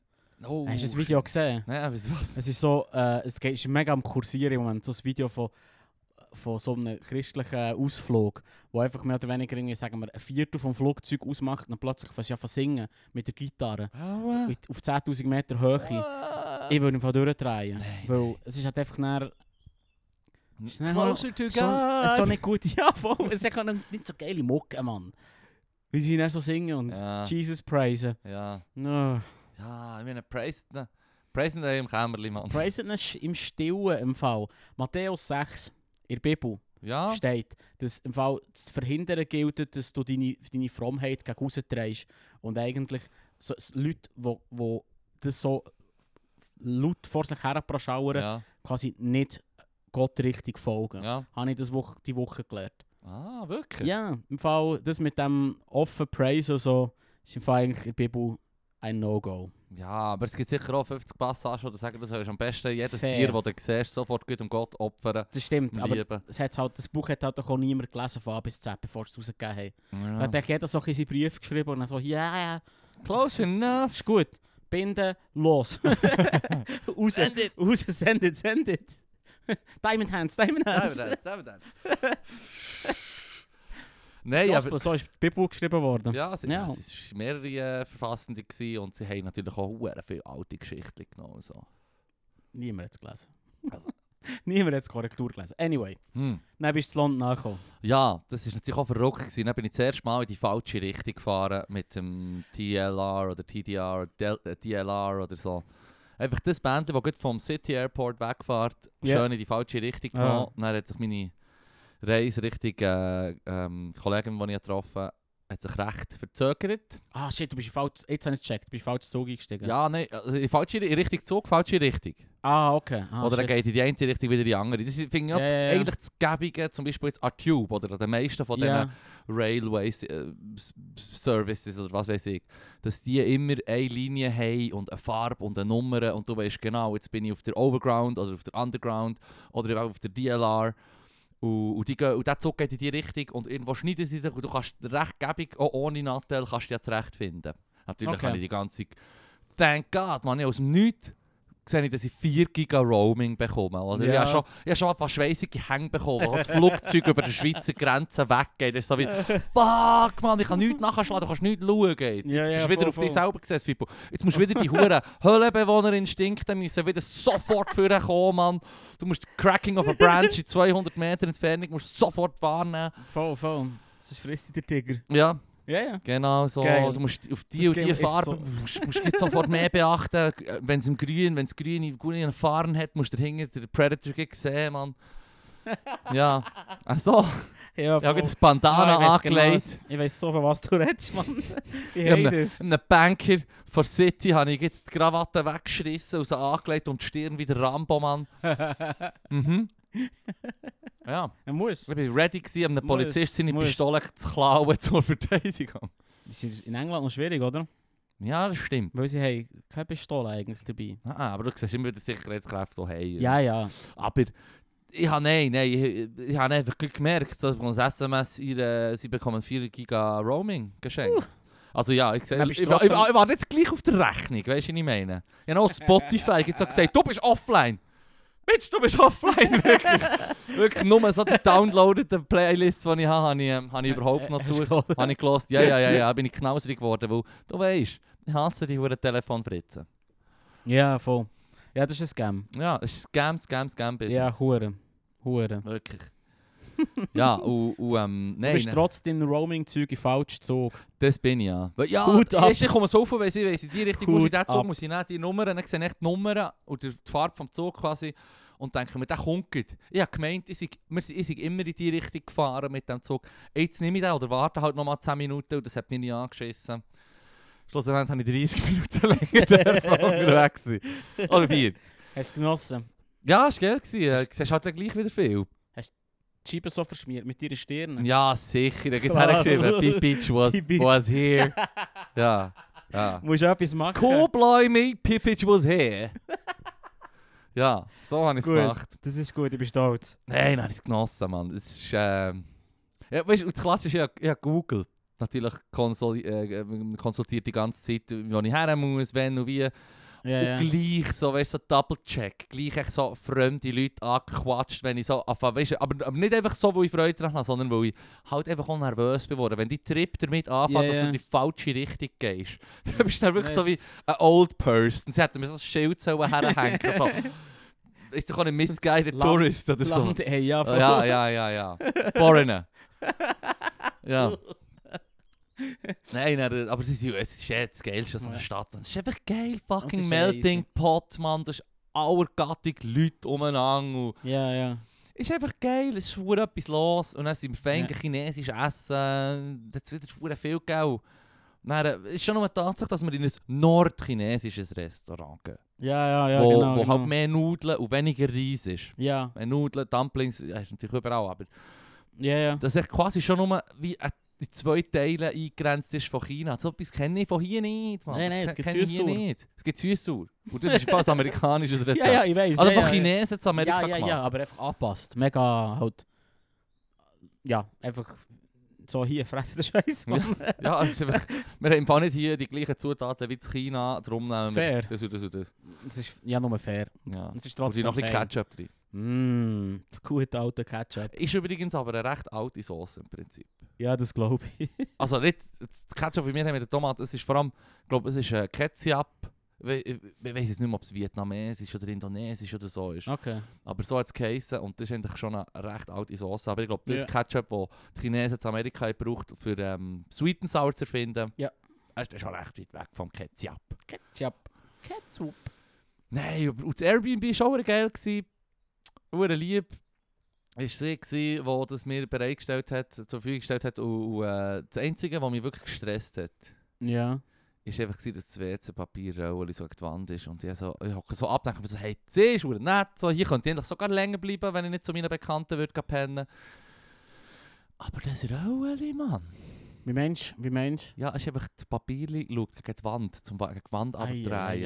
Oh, Hast du das Video gesehen? Nein, wieso was? Es ist so, äh, es geht- ist mega am Kursieren im Moment. So ein Video von, von so einem christlichen Ausflug, wo einfach mehr oder weniger irgendwie, sagen wir, ein Viertel vom Flugzeug ausmacht und dann plötzlich fast ja singen mit der Gitarre. Aua. Mit- Auf 10.000 Meter Höhe. Ah. Ich würde im Fall durchdrehen. Nein, weil es ist halt einfach näher. Schnell Closer to God. So, es eh, ist so nicht gut. Ja, voll. Es ist einfach nicht so geile Mucke, Mann. Wie sie dann so singen und ja, Jesus praisen. ja, Oh. ja, ich meine, praisen ihn- praisen ihn im Kämmerli, Mann. Praisen ist im Stillen im Fall. Matthäus 6 in der Bibel. Ja, steht, dass im Fall zu verhindern gilt, dass du deine, deine Frommheit gegen raus trägst. Und eigentlich so, s- Leute, die wo, wo das so laut vor sich her praschauen, ja, quasi nicht Gott richtig folgen. ja. Habe ich das Woche, die Woche gelernt. Ah, wirklich? Ja, im Fall das mit dem offen Praise und so, ist im Fall eigentlich in der Bibel ein No-Go. Ja, aber es gibt sicher auch 50 Passagen, die sagen, das sollst du am besten jedes Fair. Tier, das du siehst, sofort gut um Gott opfern, Das stimmt, aber lieben. das, hat's halt, das Buch hat halt auch niemand gelesen von A bis Z, bevor sie es rausgegeben haben. Da Ja. hat eigentlich jeder so ein seinen Brief geschrieben und dann so, ja, ja. Close enough. Ist gut. Binden, los. raus, Send it. raus, send it, send it. Diamond Hands, Diamond Hands. Sabe das, sabe das. Nein, aber... Gospel, so ist die Bibel geschrieben worden. Ja, es Ja. waren mehrere äh, Verfassende gewesen und sie haben natürlich auch hure viel alte Geschichten genommen. So. Niemand hat es gelesen. Also. Niemand hat die Korrektur gelesen. Anyway, Hm. dann bist du zu London angekommen. Ja, das ist natürlich auch verrückt gewesen. Dann bin ich das erste Mal in die falsche Richtung gefahren mit dem TLR oder TDR, Del äh, DLR oder so. Einfach das Band, das gerade vom City Airport wegfährt, Ja. schön in die falsche Richtung Ah. genommen. Dann hat sich meine Reise Richtung äh, ähm, die Kollegin, die ich getroffen habe, hat sich recht verzögert. Ah shit, du bist in falsch... Jetzt habe ich es gecheckt. Du bist in falsch Zug eingestiegen. Ja, nein, also in falsche Ri- Richtung Zug, falsche Richtung. Ah, okay. Ah, oder er shit. geht in die eine Richtung, wieder in die andere. Das finde ich auch Ja, das- ja, ja. eigentlich das Gäbige, zum Beispiel jetzt an Tube oder an den meisten von Ja. diesen Railways, äh, S- S- Services oder was weiß ich, dass die immer eine Linie haben und eine Farbe und eine Nummer und du weißt genau, jetzt bin ich auf der Overground oder auf der Underground oder eben auf der DLR. Und, und, die gehen, und der Zug geht in die Richtung und irgendwo schneiden sie sich und du kannst recht gäbig, auch ohne Nattel, kannst du dich zurechtfinden. Natürlich Okay. habe ich die ganze... Thank God, man, ich aus dem Nichts sehe ich, dass ich 4 Giga Roaming bekomme. Oder? Ich Ja. habe schon, ich habe schon ein paar schweißige Hänge bekommen, als das Flugzeug über die Schweizer Grenze weggeht. Das ist so wie, fuck man, ich kann nichts nachschlagen, du kannst nichts schauen. Jetzt, jetzt Ja, ja, bist du wieder voll, auf dich voll. selber gesetzt, Fippo. Jetzt musst du wieder die huren Höhlenbewohnerinstinkte müssen wieder sofort führen kommen, Mann. Du musst Cracking of a Branch in 200 Meter Entfernung musst du sofort wahrnehmen. Voll, voll. Das frisst dich der Tiger. Ja, Ja, ja. genau so. Geil. Du musst auf die Das und die Game ist Farbe so- musst, musst jetzt sofort mehr beachten. Wenn es im Grün, wenn es grüne, grüne Farben hat, musst du hinter den Predator gleich sehen, Mann. Ja, also, Ja, ich habe voll. das Bandana Ah, ich weiss angelegt. genau, Ich weiß so, von was du redest, Mann. Ich Ja, hate ne. das. einem Banker von City habe ich jetzt die Krawatte weggeschrissen und sie angelegt um die Stirn wie der Rambo-Mann. mhm. Ja, Er muss. ich war ready, gewesen, einem Muss, Polizist seine muss. Pistole zu klauen zur Verteidigung. Das ist in England noch schwierig, oder? Ja, das stimmt. Weil sie haben keine Pistole eigentlich dabei. Ah, aber du siehst immer wieder Sicherheitskräfte auch hey. Ja, ja. Aber ich habe nein, nein, ich, ich habe äh, einfach gut gemerkt, dass bei uns SMS ihre, sie bekommen 4 Giga Roaming geschenkt. Also ja, ich, seh- Hm. Dann ich, bist ich, du ich, ich trotzdem- warte jetzt gleich auf die Rechnung, weißt du, was ich meine? Ich habe auch auf Spotify jetzt auch gesagt, du bist offline. Bitch, du bist offline, wirklich. wirklich nur so die downloadeten Playlists, die ich habe, habe ich, ähm, habe ich überhaupt noch Äh, äh, zu. hast du gehört? Habe ich gehört, ja, ja, ja, ja, bin ich knauserig geworden, weil du weißt, ich hasse die verdammten Telefonfritzen. Ja, voll. Ja, das ist ein Scam. Ja, es ist Scam, Scam, Scam-Business. Ja, hure. Hure. Wirklich. ja, und, und ähm, Du nein, bist nein, trotzdem Roaming-Zeug in falsch gezogen. das bin ich ja. Weil, ja, Hut ab. weisst du, ich komme so viel, weiss ich, weiss ich, die Richtung muss ich Hut den Zug, ab. muss ich nehmen, die Nummer, dann sehe ich die Nummer oder die Farbe vom Zug quasi und denke mir, der kommt gleich. Ich habe gemeint, ich sei, wir sind, ich sei immer in die Richtung gefahren mit dem Zug. Jetzt nehme ich den oder warte halt nochmal 10 Minuten und das hat mich nicht angeschissen. Schlussendlich habe ich 30 Minuten länger dürfen unterwegs sein. Oder 40. Hast du genossen? Ja, ist geil gewesen. äh, Siehst halt dann gleich wieder viel. Die Scheibe so verschmiert mit deiner Stirn. Ja, sicher. Er hat Klar. hergeschrieben, Big Bitch was, Big Bitch. was here. ja, ja. Musst du etwas machen? Cool, blimey, Big Bitch was here. ja, so habe ich es Gut. gemacht. Das ist gut, ich bin stolz. Nein, habe ich es genossen, Mann. Es ist, ähm... Ja, weißt du, und das Klassische, ich hab- ich habe Google natürlich konsol äh, äh, konsultiert die ganze Zeit, wo ich her muss, wenn und wie. Ja, ja. Und gleich so, weißt du, so Double-Check. Gleich echt so fremde Leute angequatscht, wenn ich so anfange. Weißt du, aber, aber nicht einfach so, weil ich Freude daran habe, sondern weil ich halt einfach auch nervös bin worden. Wenn die Trip damit anfängt, Ja, dass du ja. in die falsche Richtung gehst, dann bist du dann wirklich so wie Nice. ein Old Person. Sie hätten mir so ein Schild sollen herhängen so. Ist doch auch ein misguided Land- Tourist oder so. Land, hey, ja, voll. Oh, Ja, ja, ja, ja. Foreigner. Ja. Nein, nein, aber es ist, es ist eh das Geilste an so einer Ja. Stadt. Und Es ist einfach geil, fucking ist ja Melting Pot, Mann. Das ist allergattig Leute umeinander. Und Ja, ja. es ist einfach geil, es ist verdammt etwas los. Und dann sind wir fein chinesisch essen. Das ist verdammt viel Geld. Dann, äh, es ist schon nur eine Tatsache, dass wir in ein nordchinesisches Restaurant gehen. Ja, ja, ja, wo genau. wo genau. halt mehr Nudeln und weniger Reis ist. ja, Äh, Nudeln, Dumplings, ja, ist natürlich überall, aber ja, ja. dass echt quasi schon nur wie ein- in zwei Teile eingrenzt ist von China. So etwas kenne ich von hier nicht, Mann. Nein, Das nein, es ke- gibt kenne ich hier Süßsauer. nicht. Es gibt Süßsauer. Und das ist fast amerikanisches Rezept. Ja, ja, ich weiß. Also ja, von ja, ja. Chinesen zu Amerika Ja, ja, ja, gemacht. aber einfach angepasst. Mega halt. Ja, einfach so hier fressen den Scheiß. Ja, ja es ist einfach, wir haben im Fall nicht hier die gleichen Zutaten wie in China, darum nehmen wir Fair. das und das und das. Das ist ja nur fair. Ja. Es ist Und sie trotzdem noch ein bisschen fair. Ketchup drin. Mm, das gute alte Ketchup. Ist übrigens aber eine recht alte Sauce im Prinzip. Ja, das glaube ich. Also nicht, das Ketchup, wie wir haben mit der Tomate, es ist vor allem, ich glaube, es ist äh, Ketchup. We- Ich ich weiß jetzt nicht mehr, ob es vietnamesisch oder indonesisch oder so ist. Okay. Aber so hat es geheissen und das ist eigentlich schon eine recht alte Sauce. Aber ich glaube, das Ja. Ketchup, das die Chinesen zu Amerika haben gebraucht für ähm, Sweet and Sour zu erfinden, Ja. das ist schon recht weit weg vom Ketchup. Ketchup. Ketchup. Nein, aber- und das Airbnb war auch geil. Ure lieb. Ist sie, gsi, wo das mir bereitgestellt hat, zur Verfügung gestellt hat. Und, und äh, das Einzige, was mich wirklich gestresst hat, Ja. ist einfach gewesen, dass das WC-Papierrolle so an die Wand ist. Und ich, so, ich hocke so ab denke mir so, hey, sie ist verdammt nett, so, hier könnte ich eigentlich sogar länger bleiben, wenn ich nicht zu meinen Bekannten würde gehen pennen. Aber das Rolle, Mann. Wie Mensch, wie Mensch. Ja, es ist einfach, das Papier schaut gegen die Wand, zum Wa- gegen die Wand Ei, ei,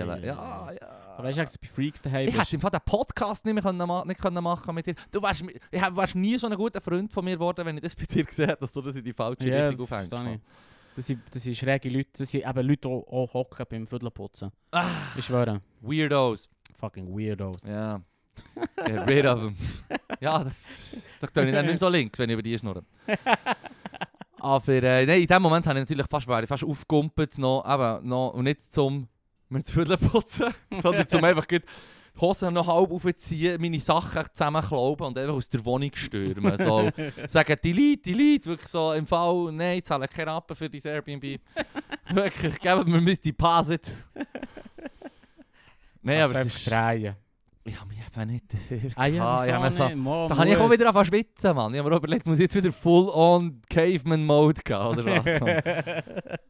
abdrehen. ei, ei, Ja, ei. ja. Aber weißt du, dass du bei Freaks daheim ich bist? hätte im Fall den Podcast nicht mehr können, ma- nicht können machen mit dir. Du wärst, mi- ich hab- wärst nie so ein guter Freund von mir geworden, wenn ich das bei dir gesehen hätte, dass du das in die falsche Ja, Richtung das aufhängst. verstehe ich. Mann. Das sind, das sind schräge Leute. Das sind eben Leute, die auch hocken beim Viertelputzen. Ah, Ich schwöre. Weirdos. Fucking Weirdos. Ja. Get rid of him. ja, da- da tue ich dann nicht mehr so links, wenn ich über die schnurre. Aber äh, nein, in dem Moment habe ich natürlich fast, wäre ich fast aufgegumpelt noch, eben, noch, und nicht zum mir zu Viertel putzen, sondern zum einfach gut die Hosen noch halb aufziehen, meine Sachen zusammenklauben und einfach aus der Wohnung stürmen. So, sagen, die Leute, die Leute, wirklich so im Fall, nein, ich zahle keine Rappen für dein Airbnb. wirklich, geben wir mir mein Deposit. Nein, Also aber es einfach ist... drehen. Ich habe mich eben nicht dafür. Ah ja, gehabt. wieso habe mir so- nicht? Mo, also, Da kann ich auch muss. wieder anfangen schwitzen, Mann. Ich habe mir auch überlegt, muss ich jetzt wieder full-on Caveman-Mode gehen, oder was? Mann?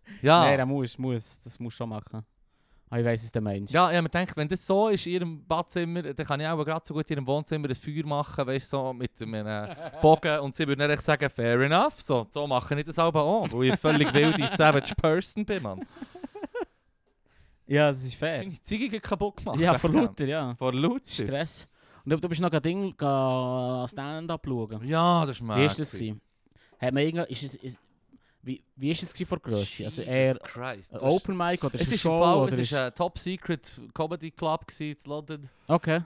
ja. Nein, das muss, muss. Das muss schon machen. Ah, ich weiss, es der Mensch. ja, ich habe mir gedacht, wenn das so ist in ihrem Badzimmer, dann kann ich auch gerade so gut in ihrem Wohnzimmer ein Feuer machen, weißt du, so mit einem äh, Bogen. Und sie würde dann echt sagen, fair enough, so, so mache ich das aber auch, weil ich völlig wilde Savage Person bin, Mann. Ja, das ist Ich fair. habe die Ziege kaputt gemacht. ja, wegen von dem. Luther, ja. Vor Luther. Stress. Und ob du bist noch ein Ding ga Stand-up schauen. Ja, das ist Wie mal. ist das? gewesen? Hat man irgend... Ist es, ist, Wie, wie ist es gewesen vor Größe? Jesus Also eher Christ. ein das ist- Open Mic oder Es ist es ist äh, Show? im Fall, oder es ist war ein Top Secret Comedy Club gewesen in London. okay.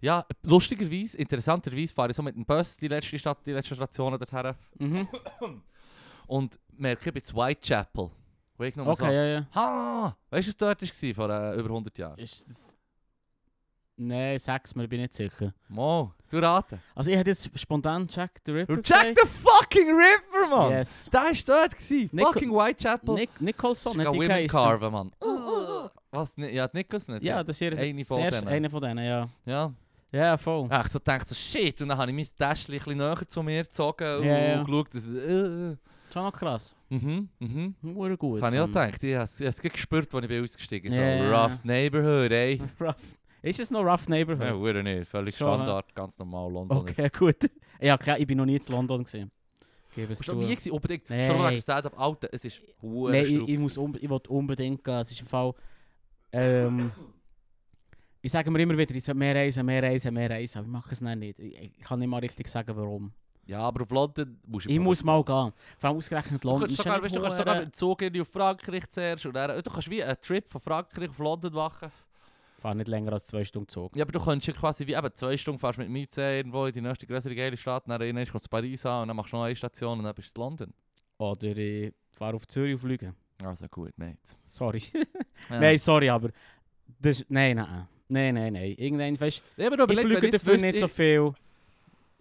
Ja, lustigerweise, interessanterweise fahre ich so mit dem Bus die letzte Stadt, die letzte Station dorthin Mhm. und merke, ich bin in Whitechapel. Wo ich nochmal Okay, ja, ja. so, ha, weißt du, was dort war vor äh, über 100 Jahren? Ist das... Nein, sag's mir, ich bin nicht sicher. Mo, du raten. Also ich hätte jetzt spontan Jack the Ripper Check the fucking Ripper, Mann! Yes. Der war dort, gewesen. Nico- fucking Whitechapel. Nic Nicholson Sogar hat die Women geheissen. Carver, Mann. Was? Ni- Ja, die Nichols nicht? Uh, Ja, das ist ihr Eine von zuerst denen. einer von denen, ja. Ja. Ja, voll. Ja, ich so dachte so, shit, und dann habe ich mein Täschchen ein bisschen näher zu mir gezogen und Ja, ja. geschaut, dass es... Äh, Schon noch krass. mhm, mhm. Nur gut. Das habe ich auch ähm. gedacht, ich habe es ich habe es gleich gespürt, als ich bin ausgestiegen bin. So, Ja, ja, ja. rough neighborhood, ey. Rough. Ist es noch Rough Neighborhood? Ja, wurde nicht, völlig Schon, hä? Standard, ganz normal London. Okay, gut. Ja, klar, ich bin noch nie in London gesehen. Gebe es zu. Schon nie gewesen, unbedingt. Nee. Schon wegen Stand-up, Alter, es ist hure Nein, ich, Strupp ich, muss gewesen. unbe- ich will unbedingt gehen. Es ist im Fall. Ähm, ich sage mir immer wieder, ich soll mehr reisen, mehr reisen, mehr reisen. Aber ich mache es dann nicht. Ich, ich kann nicht mal richtig sagen, warum. Ja, aber auf London musst du... Ich muss mal gehen. Vor allem ausgerechnet Du London. kannst ist ja sogar, nicht weißt, du kannst sogar hure- mit dem Zug irgendwie auf Frankreich zuerst und dann, du kannst wie einen Trip von Frankreich auf London machen. Fahr nicht länger als zwei Stunden Zug. Ja, aber du könntest ja quasi wie eben zwei Stunden fährst mit mir irgendwo in die nächste größere geile Stadt, dann rein, kommst du Paris an und dann machst du noch eine Station und dann bist du in London. Oder ich fahre auf Zürich und fliege. Also gut, mate. Sorry. Ja. nein, sorry, aber. Das, nein, nein. Nein, nein, nein. Irgendwann, weißt ich habe mir noch Ich überlegt, wenn fliege jetzt dafür wüsste, nicht so ich- viel.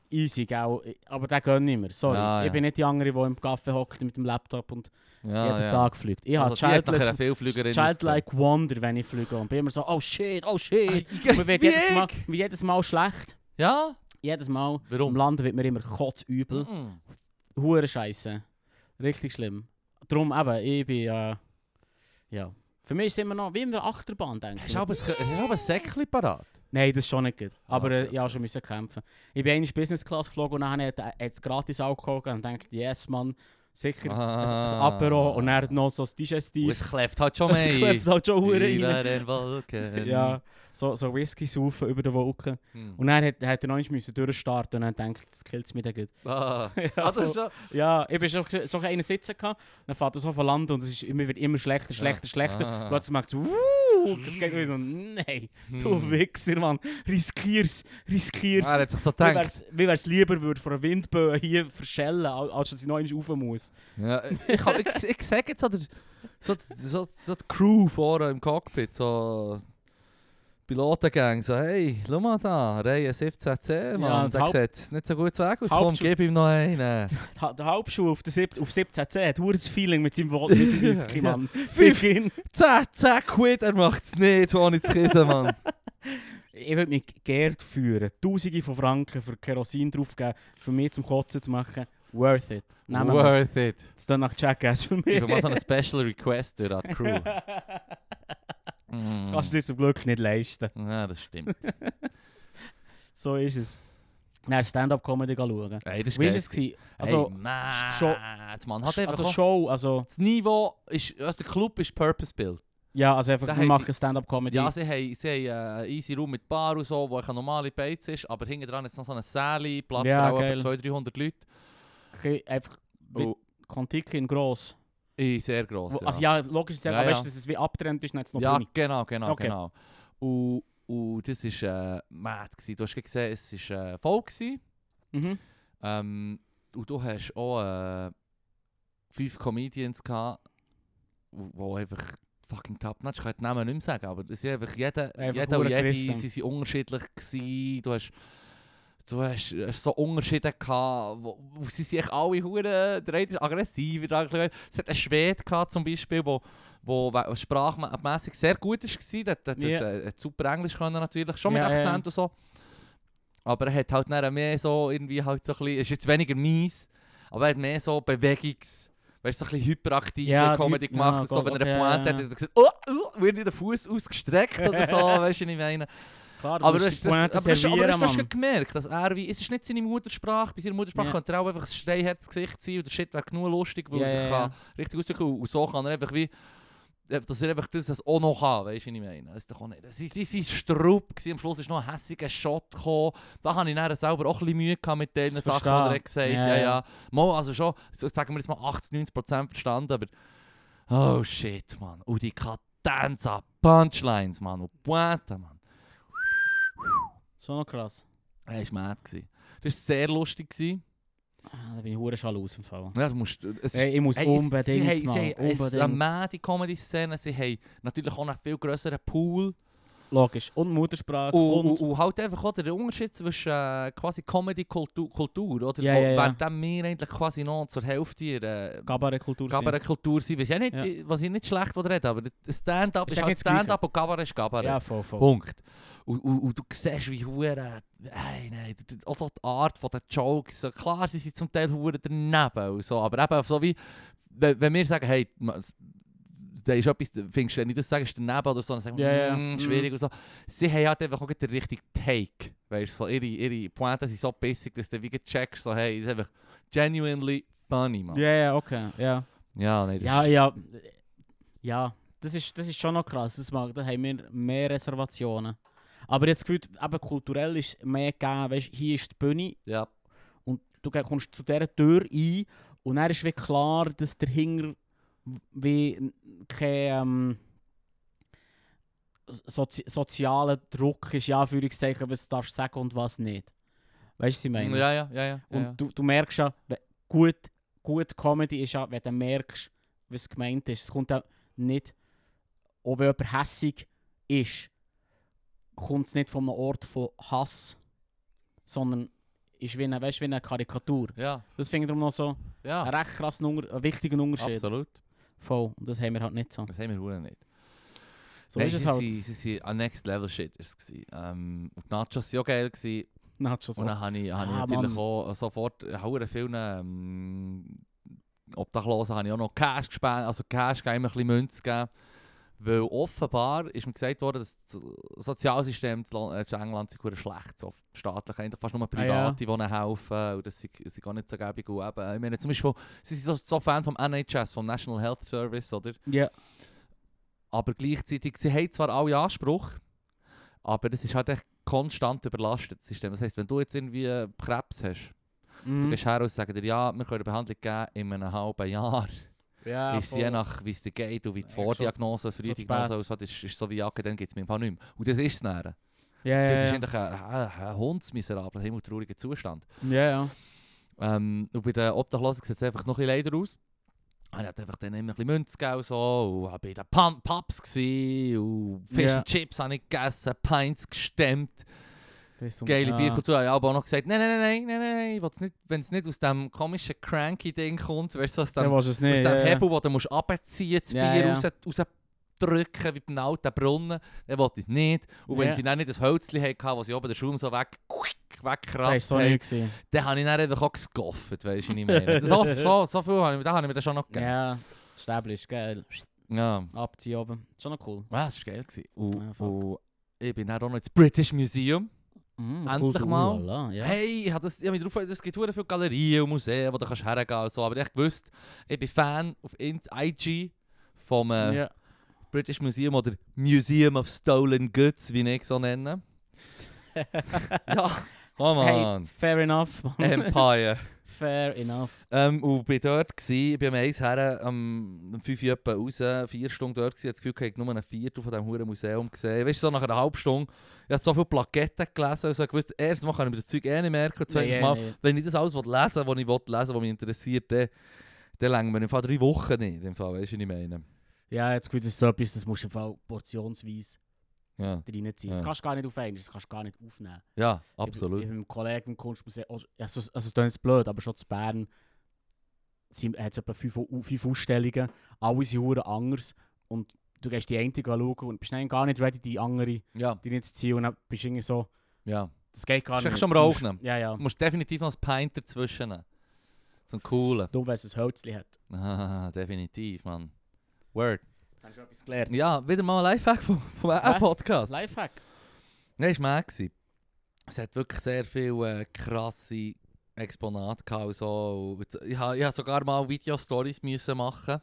Easy, gell? Aber den gönne ich mir. Sorry. Ja, ja. Ich bin nicht die andere, die im Kaffee hockt mit dem Laptop und Ja, jeden ja. Tag fliegt. Ich Also, die habe hat nachher eine Childless, Vielflügerin Childlike Wonder, wenn ich fliege. Und bin immer so, oh shit, oh shit. ausgesehen. Man wird Wie jedes Mal, ich? wie jedes Mal schlecht. Ja? Jedes Mal. Am Warum? Landen wird mir immer kotzübel. Mhm. Hure Scheiße. Richtig schlimm. Darum eben, ich bin. Äh, ja. Für mich ist es immer noch wie in der Achterbahn, denke Hast ich. du aber ein- hast du aber ein Säckchen parat? Nein, das ist schon nicht gut. Ah, Aber okay, äh, ich musste schon müssen kämpfen. Ich bin einmal Business Class geflogen und dann hat es gratis Alkohol gegeben und dachte, yes Mann, sicher ein, ein Ah. Apero und dann noch so ein Und Digestiv. es klebt halt schon mehr. Das klebt halt schon hure Über rein. den Wolken. Ja, so, so Whisky saufen über den Wolken. Hm. Und dann hat, hat er noch einmal müssen durchstarten und dann dachte das killt es mich dann gut. Ah. ja, Ah, das ist schon... voll. ja, ich bin schon so einen sitzen gehabt, dann fährt er so von Land und es ist immer, wird immer schlechter, schlechter, schlechter. Ah. Mm. Plötzlich merkt es, wuh, es geht wieder so, nein, du Wichser, Mann, riskier's, riskier's. Ah, er hat sich so Mir gedacht. wär's, mir wär's lieber, würde vor einer Windböe hier verschellen, al- als dass ich noch einmal rauf muss. Ja, ich, hab- ich, ich sag jetzt so, der, so, so, so die Crew vorne im Cockpit, so Pilotengang, so hey, schau mal da, Reihe 17C, Ja, Mann, und der Haupt- sieht nicht so gut aus, aus. komm, Hauptschul- gib ihm noch einen. Ha- Der Halbschuh auf, der Sieb- auf 17C hat ein Feeling mit seinem Wo- mit dem Whisky, Ja, ja. Mann. Fünf- Fick ihn. 10, 10 Quid, er macht's nicht, ohne zu kissen, Mann. Ich würde mich geehrt führen. Tausende von Franken für Kerosin draufgeben, für mich zum Kotzen zu machen. Worth it. Nehmen wir. Worth it. Das klingt nach Jackass für mich. Gib mal so einen Special Request durch an die Crew. Mm. Kannst du dir zum Glück nicht leisten. Ja, das stimmt. So ist es. Dann Stand-Up-Comedy schauen. Ey, das ist Wie war geil. es? gewesen? Also, hey, Matt, schon- Mann, hat einfach also auch- Show, also... das Niveau, ist, also der Club ist purpose-built. Ja, also einfach, Da wir haben machen Stand-Up-Comedy. Ja, sie haben, sie haben äh, einen easy Raum mit Bar und so, wo eine normale Beiz ist, aber hinten dran ist noch so eine Säle, Platz Ja, für auch geil. etwa 200, 300 Leute. Ge- einfach Wie- Und Kontiki in gross. eh, sehr gross, Wo- ja. Also ja, logisch ist ja, Ja, aber ja. weißt du, dass es wie abtrennt ist, dann jetzt noch ja, Bruni. genau, genau, Okay. genau. Und, und das war äh, mad. Gewesen. Du hast gesehen, es war äh, voll. Gewesen. Mhm. Ähm, und du hast auch äh, fünf Comedians gehabt, die einfach fucking top-notch, ich kann die Namen nicht mehr sagen, aber es ist einfach jeder, Einfach jeder und verdammt jede, sie gerissen. waren unterschiedlich, gewesen. du hast Du hast, äh, hast so Unterschiede gehabt, wo, wo sie sich alle hure, der eine ist aggressiver, der andere- es hat einen Schwede gehabt zum Beispiel, wo, wo we- sprachmässig sehr gut war, der, der, der Ja. äh, hat super Englisch können natürlich, schon mit Ja, ja. Akzent und so. Aber er hat halt dann mehr so irgendwie halt so ein bisschen, ist jetzt weniger mies, aber er hat mehr so Bewegungs, weißt du, so ein bisschen hyperaktive Ja, die- Comedy ja, gemacht. und so, Gott, wenn er okay, eine Pointe ja, hat, ja. hat er gesagt, oh, oh, wird der Fuß ausgestreckt oder so, weißt du, was ich meine. Klar, du Aber musst du hast, das, die aber Pointe das, aber das, servieren, hast du Mann. gemerkt, dass er wie, es ist nicht seine Muttersprache, bei seiner Muttersprache Ja. könnte er auch einfach ein steinhartes Gesicht sein und der Shit wäre genug lustig, weil Ja, er sich ja, kann ja. richtig ausdrücken kann. Und so kann er einfach wie äh, dass er einfach das, das auch noch kann, weißt du, was ich meine? Das ist doch auch nicht. Sie, sie, sie Strub, gewesen. am Schluss ist noch ein hässiger Shot gekommen. Da hatte ich dann selber auch ein bisschen Mühe gehabt mit den Das Sachen, die verstehe. er hat gesagt hat. Ja, Ja, ja. ja. Mal, also schon, so sagen wir jetzt mal 80, 90 Prozent verstanden, aber oh shit, Mann. Und die Kadenz an Punchlines, Mann. Und Pointe, Mann. Schon noch krass. Das war mad. gewesen. Das war sehr lustig. gewesen. Ah, da bin ich hure schalus im Fall. Ja, du musst, es Ey, ich muss Hey, es- unbedingt sie, mal. haben- Sie, es ist eine unbedingt. mad Comedy-Szene. Sie haben natürlich auch einen viel grösseren Pool. Logisch. Und Muttersprache. Und, und, und und halt einfach auch der Unterschied zwischen äh, quasi Comedy-Kultur, Kultur, oder? Ja, Wo- ja, ja. Während wir eigentlich quasi noch zur Hälfte in der Kabarettkultur. Gabaret-Kultur sind. Was ich nicht, Ja. ich- was ich nicht schlecht rede, aber das Stand-Up Ist ist, eigentlich halt das Gleiche. Stand-Up und Gabaret ist Gabaret. Ja, voll, voll. Punkt. Und, und, und du siehst, wie Huren. Hey, nein, d- d- auch so die Art von der Jokes. so Klar, sie sind zum Teil Huren daneben. Und so, aber eben so wie, wenn, wenn wir sagen, hey, ma- s- da ist etwas, da findest du, wenn ich das sage, ist daneben oder so, dann sagen wir, Ja, Mhm. ja. "Mm, schwierig und so. Sie haben halt einfach auch gleich den richtigen Take. Weißt du, so ihre, ihre Pointen sind so bissig, dass du wie gleich checkst, so, hey, das ist einfach genuinely funny, man. Ja, ja, okay. Ja, Ja, nein, das ja. Ja, ja. Das, ist, das ist schon noch krass. Das mag, da haben wir mehr Reservationen. Aber jetzt gefühlt, eben kulturell ist mehr gegeben. Weißt, hier ist die Bühne ist- ja. und du geh- kommst zu dieser Tür ein und dann ist wie klar, dass der Hinger wie n- kein ähm, sozi sozialer Druck ist, ja, Anführungszeichen, was darfst du sagen und was nicht. Weißt du, was ich meine? Ja, ja, ja, ja. Und ja. Du, du merkst ja, we- gut, gut Comedy ist ja, wenn du merkst, was gemeint ist. Es kommt auch nicht, auch wenn jemand hässig ist, kommt es nicht von einem Ort von Hass, sondern ist wie eine, weißt, wie eine Karikatur. ja, Das finde ich darum noch so ja, einen recht krassen, Unter einen wichtigen Unterschied. Ah. absolut. Voll. Und das haben wir halt nicht so. Das haben wir Huren nicht. So Nein, ist es sie halt. sind- Sie waren an Next Level Shit. ist es gewesen. Ähm, und die Nachos waren auch geil. Gewesen. Nachos Und dann habe ich, habe ich Ah, natürlich Mann. auch äh, sofort Hauer vielen ähm, Obdachlosen habe ich auch noch Cash gespendet. Also Cash gegeben, ein bisschen Münze gegeben. Weil offenbar ist mir gesagt worden, dass das Sozialsystem zu Lan- äh, zu England ist schlecht so staatlich eigentlich fast nur Ah, ja. Private, die ihnen helfen und das sind, sind gar nicht so gäbig. Und eben, ich meine zum Beispiel, sie sind so, so Fan vom NHS, vom National Health Service, oder? Ja. Aber gleichzeitig, sie haben zwar alle Anspruch, aber das ist halt echt konstant überlastet, das System. Das heisst, wenn du jetzt irgendwie äh, Krebs hast, du Mhm. gehst her und sagst dir, ja, wir können eine Behandlung geben in einem halben Jahr. Ja, ist es je nach, wie es dir geht und wie die Eigentlich Vordiagnose, schon Frühdiagnose spät. aussieht, ist, ist so wie Jacke, dann gibt es mir im Fall nicht mehr. Und das ist es dann. Das ist Ja, ja, ja. eigentlich ein, ein, ein hundsmiserabler, himmeltrauriger Zustand. Ja, ja. Ähm, und bei den Obdachlosen sieht es einfach noch ein bisschen leider aus. Er hat einfach dann immer ein bisschen Münze gegeben und so. Und ich war bei den Pubs gsi und Fish Ja. and Chips habe ich gegessen, Pints gestemmt, Bis um- geile Ah. Bierkultur. Ich habe aber auch noch gesagt, nein, nein, nein, nein, nein, nein, nein. wenn es nicht aus dem komischen Cranky-Ding kommt, weißt du, aus Dann dem, willst du es nicht. aus dem ja, ja. Hebel, wo du musst abziehen das Ja, Bier ja. raus, rausdrücken wie beim alten Brunnen, dann wollte ich es nicht. Und wenn Ja. sie dann nicht das Hölzchen hatten, wo sie oben den Schaum so weg, Das wegkratzt ist so haben, nichts. gewesen. dann habe ich dann einfach auch gescofft, weißt du, was ich meine. Das- So, so, so viel habe ich, da habe ich mir das schon noch gegeben. Ja, Stäbli ist geil. Ja. Abziehen oben. Ist Schon noch cool. Ah, das war geil. gewesen. Und, Ja, fuck. und ich bin dann auch noch ins British Museum. Endlich Mm, cool, mal. Voilà, ja. Hey, ich habe das, ich habe mich drauf, es gibt verdammt viele Galerien und Museen, wo du kannst hergehen kannst. So. Aber ich wusste, ich bin Fan auf In- IG vom äh, ja. British Museum oder Museum of Stolen Goods, wie ich es so nenne. ja, oh hey, man. fair enough. Mann. Empire. fair enough. Ähm, und bin dort, gsi, ich bin am 1 her, ähm, um 5 Uhr etwa raus, 4 Stunden dort, gsi, hatte das Gefühl, ich hätte nur ein Viertel von diesem huren Museum gesehen. Weißt du, so nach einer halben Stunde, ich habe so viele Plaketten gelesen, also ich wusste, erstens mal kann ich mir das Zeug eh nicht merken, und zweitens Ja, ja, mal, ja. wenn ich das alles will lesen will, was ich will lesen was mich interessiert, dann, dann längt mir im Fall drei Wochen nicht, im Fall, weißt du, was ich meine. Ja, jetzt gut, das ist so etwas, das musst du im Fall portionsweise Ja, reinziehen. Das Ja. kannst du gar nicht aufnehmen, das kannst du gar nicht aufnehmen. ja absolut. Ich bin mit einem Kollegen im Kunstmuseum, also, also es also, klingt jetzt blöd, aber schon zu Bern hat es etwa fünf, Au- fünf Ausstellungen, alle sind verdammt anders und du gehst die eine schauen und bist dann gar nicht ready, die andere ja, die nicht zu ziehen und dann bist du irgendwie so, ja. das geht gar Ist nicht. echt schon am Du musst- Rauchen. Ja, ja. Du musst definitiv noch ein Pint dazwischen nehmen. Zum Coolen. Dumm, weil es ein Hölzchen hat. Ah, definitiv, Mann. Word. Hast du etwas gelernt? Ja, wieder mal ein Lifehack vom, vom Hä? Podcast. Lifehack? Nein, war mehr. gewesen. Es hat wirklich sehr viele äh, krasse Exponate gehabt. und so. Und jetzt- ich habe ich ha sogar mal Video-Stories müssen machen.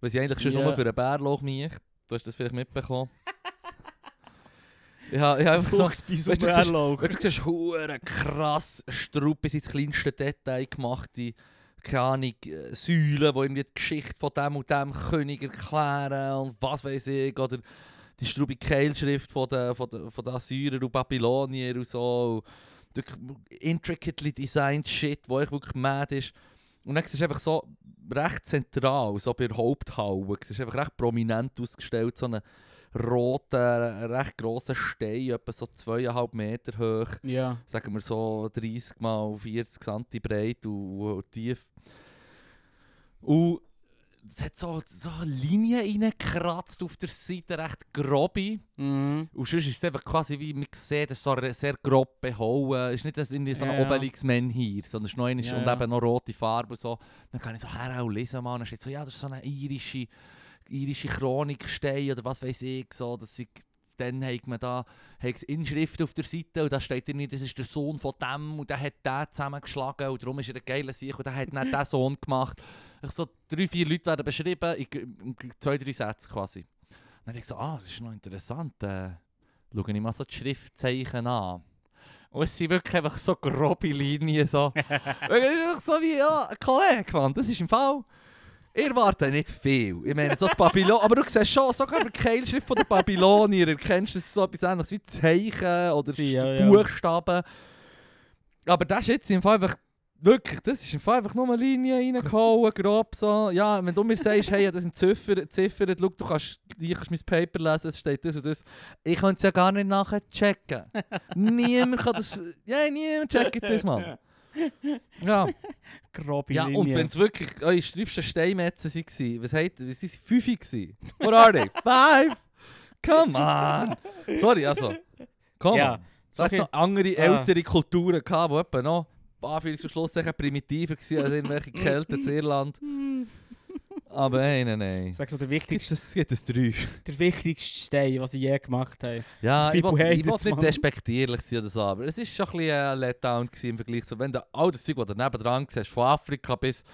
Was ich eigentlich schon Ja. nur für ein Bärloch mich. Du hast das vielleicht mitbekommen. ich habe ich habe einfach so... Fuchsbeiss Weißt und du, das ist- Bärlauch. Wirklich, du siehst hure krass Strupp bis ins kleinste Detail gemachte, keine Ahnung, äh, Säulen, die irgendwie die Geschichte von dem und dem König erklären und was weiß ich, oder die strube Keilschrift von den, von den, von den Assyrern und Babylonier und so. Und wirklich intricately designed Shit, wo ich wirklich mad ist. Und dann siehst du einfach so recht zentral, so bei der Haupthalle, siehst du einfach recht prominent ausgestellt, so einen roten, recht grossen Stein, etwa so zweieinhalb Meter hoch, Ja. sagen wir so 30 mal 40 cm breit und, und tief. Und es hat so, so Linien reingekratzt auf der Seite, recht grobe. Mhm. Und sonst ist es eben quasi, wie man sieht, es ist so re- sehr grob behauen. Es ist nicht das irgendwie so ein Ja, ja. Obelix-Man hier, sondern es ist noch einmal, Ja, und ja. eben noch rote Farbe und so. Dann kann ich so her und lesen mal. Und dann steht so, ja, das ist so eine irische, irische Chronikstein oder was weiß ich. So, dass sie, dann hat man da hat es Inschrift auf der Seite und da steht irgendwie, das ist der Sohn von dem und der hat den zusammengeschlagen und darum ist er ein geiler Sieg und der hat nicht den Sohn gemacht. Ich so drei, vier Leute werden beschrieben, in, in zwei, drei Sätze quasi. Dann habe ich so, ah, das ist noch interessant. Äh, schaue ich mal so die Schriftzeichen an. Und es sind wirklich einfach so grobe Linien. So. Und es ist einfach so wie, ja, Kollege, Mann, das ist im Fall. Ihr wartet nicht viel. Ich meine, so das Babylon. Aber du siehst schon, sogar bei der Keilschrift von der Babylonier erkennst du es ist so etwas ähnliches wie Zeichen oder Sie, ja, ja. Buchstaben. Aber das ist jetzt im Fall einfach. Wirklich, das ist im Fall einfach nur eine Linie reingehauen, grob so. Ja, wenn du mir sagst, hey, ja, das sind Ziffern, Ziffern, schau, du kannst, ich kannst mein Paper lesen, es steht das und das. Ich könnte es ja gar nicht nachher checken. niemand kann das, ja, niemand checkt das, Mann. Ja, Grobe ja Linie. und wenn es wirklich eure schlimmsten Steinmetzen waren, was heet, was sind sie, fünf gewesen? What are they? Five? Come on! Sorry, also. Come Ja, on. Es so andere Ah. ältere Kulturen, gehabt, die etwa noch Anführungs- und Schlusszeichen primitiver waren als irgendwelche Kelten in Irland. Aber nein, nein, nein. Sag so, der wichtigste, Es gibt es drei. der wichtigste Stein, was ich je gemacht habe. Ja, ich Fibu will ich hatet's, will nicht Mann. despektierlich sein oder so, aber es war schon ein bisschen ein Letdown gewesen im Vergleich zu, wenn du all das Zeug, was du daneben dran siehst, von Afrika bis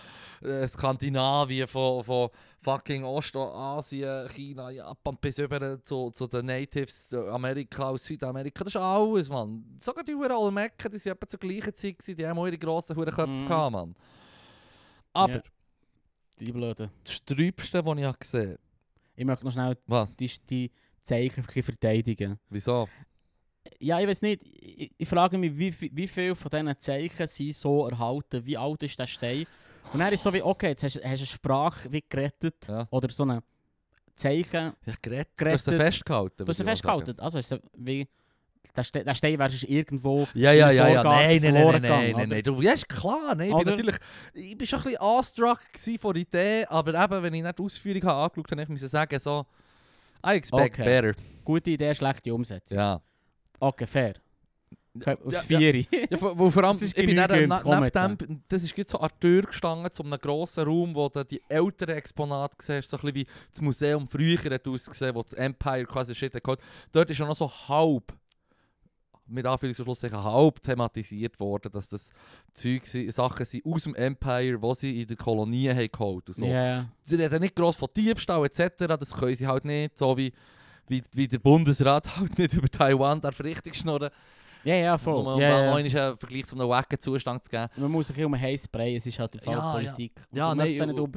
äh, Skandinavien, von, von fucking Ostasien, China, Japan bis über zu, zu den Natives, zu Amerika aus Südamerika, das ist alles, Mann. Sogar die Huren Olmecken, die sind etwa zur gleichen Zeit, gewesen, die haben auch ihre grossen Hurenköpfe Mhm. gehabt, Mann. Aber Ja. Die Blöden. das Sträubste, was ich habe gesehen habe, Ich möchte noch schnell was? die, die Zeichen ein bisschen verteidigen. Wieso? Ja, ich weiß nicht. Ich, ich frage mich, wie, vi- wie viele von diesen Zeichen sind so erhalten? Wie alt ist der Stein? Und dann ist so wie, okay, jetzt hast du hast du eine Sprache wie gerettet. Ja. Oder so ein Zeichen. Ja, gerettet. Du Gerettet. hast sie festgehalten. Du hast ihn würde ich auch sagen. festgehalten. Also, ist es wie, der, Ste der Stein wärst irgendwo. Ja, ja, in den ja, ja. Vorgarten Nein, nein, nein, nein, verloren nein, nein, gegangen, nein. Du, ja, ist klar. Nein, ich bin Oder? natürlich, ich bin schon ein bisschen awestruck gewesen von der Idee, aber eben, wenn ich nicht die Ausführung habe angeschaut habe, musste ich sagen, so, I expect Okay. better. Gute Idee, schlechte Umsetzung. Ja. Okay, fair. Okay, aus ja. Vieri. ja vor, wo vor allem, Das ist ich bin dann, genügend, na, komm neben jetzt. dem, das ist jetzt so an der Tür gestanden, zu einem grossen Raum, wo du die älteren Exponate siehst, so ein bisschen wie das Museum früher hat ausgesehen, wo das Empire quasi shit hat geholt. Dort ist ja noch so halb, mit Anführungs- und Schlusszeichen, halb thematisiert worden, dass das Zeug, sind- Sachen sind aus dem Empire, die sie in der Kolonie haben geholt und so Ja. sie reden nicht gross von Diebstahl etc., das können sie halt nicht, so wie, wie, wie der Bundesrat halt nicht über Taiwan darf richtig schnurren, Ja, ja, um, um voll. da Oh, Ja, noch ja. einmal einen Vergleich zu einem wacken Zustand zu geben. Man muss sich um heiß breien, es ist halt im Fall Ja, Politik. Und Ja, du, nein, möchtest ja nicht u- um,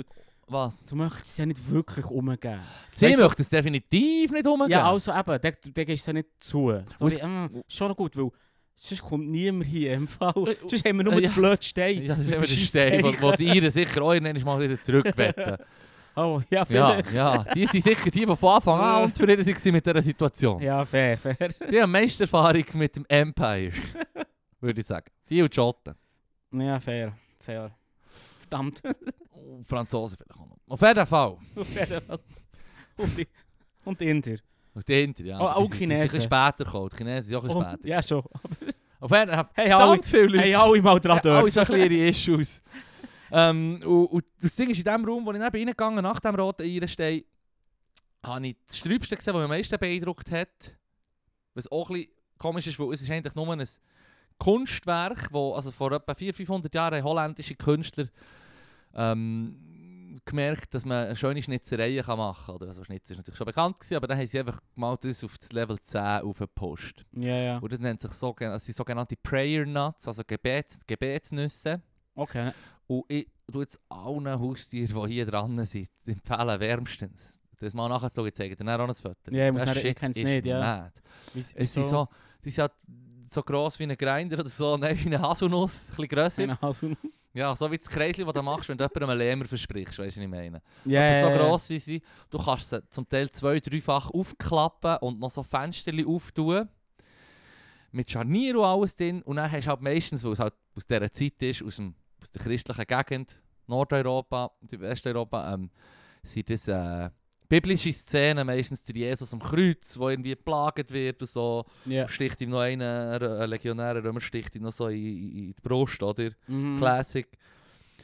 Was? du möchtest es ja nicht wirklich umgehen. Sie Weißt du- möchten es definitiv nicht umgehen. Ja, also eben, der, der gehst du nicht zu. So Muss, wie- ähm, schon noch gut, weil sonst kommt niemand hier im Fall. Äh, Sonst haben wir nur äh, äh, ja. blöd Stein. Ja, das ist mit eben der den Stein, wo, Scheisszeichen. wo die Iren sicher auch irgendwann mal wieder zurückwetten. Oh, ja, ja, vielleicht. ja, die sind sicher die, die von Anfang an unzufrieden waren mit dieser Situation. Ja, fair, fair. Die haben am meisten Erfahrung mit dem Empire, würde ich sagen. Die und die Schotten. Ja, fair, fair. Verdammt. Oh, Und Franzosen vielleicht auch noch. Auf jeden Fall. Auf jeden Fall. Und, die- und die Inder. Und die Inder, ja. Oh, aber auch die sind- die sind ein bisschen später gekommen. Die Chinesen sind auch ein bisschen Und, später. ja, schon. Auf jeden Fall. Hey, alle, Verdammt viele Leute. hey, alle mal dran Ja, dürfen. alles so ein bisschen ihre Issues. ähm, und, und das Ding ist, in dem Raum, wo ich neben reingegangen nach dem roten Eirenstein, habe ich das Schreibste gesehen, was mich am meisten beeindruckt hat. Was auch ein bisschen komisch ist, weil es ist eigentlich nur ein Kunstwerk, wo, also vor etwa 400, 500 Jahren haben holländische Künstler ähm, gemerkt, dass man schöne Schnitzereien kann machen kann. Oder? Also Schnitzer ist natürlich schon bekannt, gewesen, aber dann haben sie einfach mal das auf das Level 10 aufgepostet. Ja, ja. Und das nennt sich so, das sind sogenannte Prayer Nuts, also Gebets, Gebetsnüsse. Okay. Und ich tue jetzt allen Haustieren, die hier dran sind, empfehlen wärmstens. Das mal nachher so zeigen, dann auch noch ein Foto. Ja, ich muss Das sagen, ich Shit kenn's ist nicht, ja. mad. Wieso? Es sind so, die sind halt so gross wie ein Grinder oder so, nein, wie eine Haselnuss, ein bisschen grösser. Keine Ahnung. Ja, so wie das Kreisli, das du machst, wenn du jemandem einen Lähmer versprichst, weißt du, was ich meine? Ja, Aber ja, ja. so gross sind sie, du kannst sie zum Teil zwei, dreifach aufklappen und noch so Fenster auftun. Mit Scharnier und alles drin. Und dann hast du halt meistens, weil es halt aus dieser Zeit ist, aus, dem, aus der christlichen Gegend, Nordeuropa, Westeuropa, ähm, sind das äh, biblische Szenen, meistens der Jesus am Kreuz, wo irgendwie geplagt wird und so. Ja. Sticht ihm noch einen, äh, legionärer Römer sticht ihm noch so in, in, in die Brust, oder? Mhm. Classic.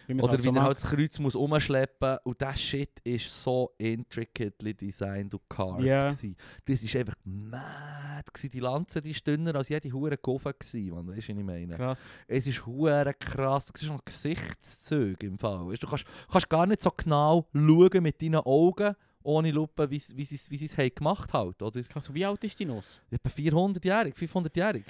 Wie man's Oder halt so wie er halt macht. das Kreuz muss umschleppen und das Shit ist so intricately designed und carved Ja. gsi. Das ist einfach mad gsi. Die Lanzen, die stünner als jede hure Koffer gsi, man. Weißt du, was ich meine? Krass. Es ist hure krass. Es ist noch Gesichtszüge im Fall. Weißt, du du kannst, kannst gar nicht so genau schauen mit deinen Augen ohne Lupe, wie sie wie sie's- wie sie es gemacht halt, oder? Krass. Und Wie alt ist die Nuss? Etwa 400-jährig, 500-jährig.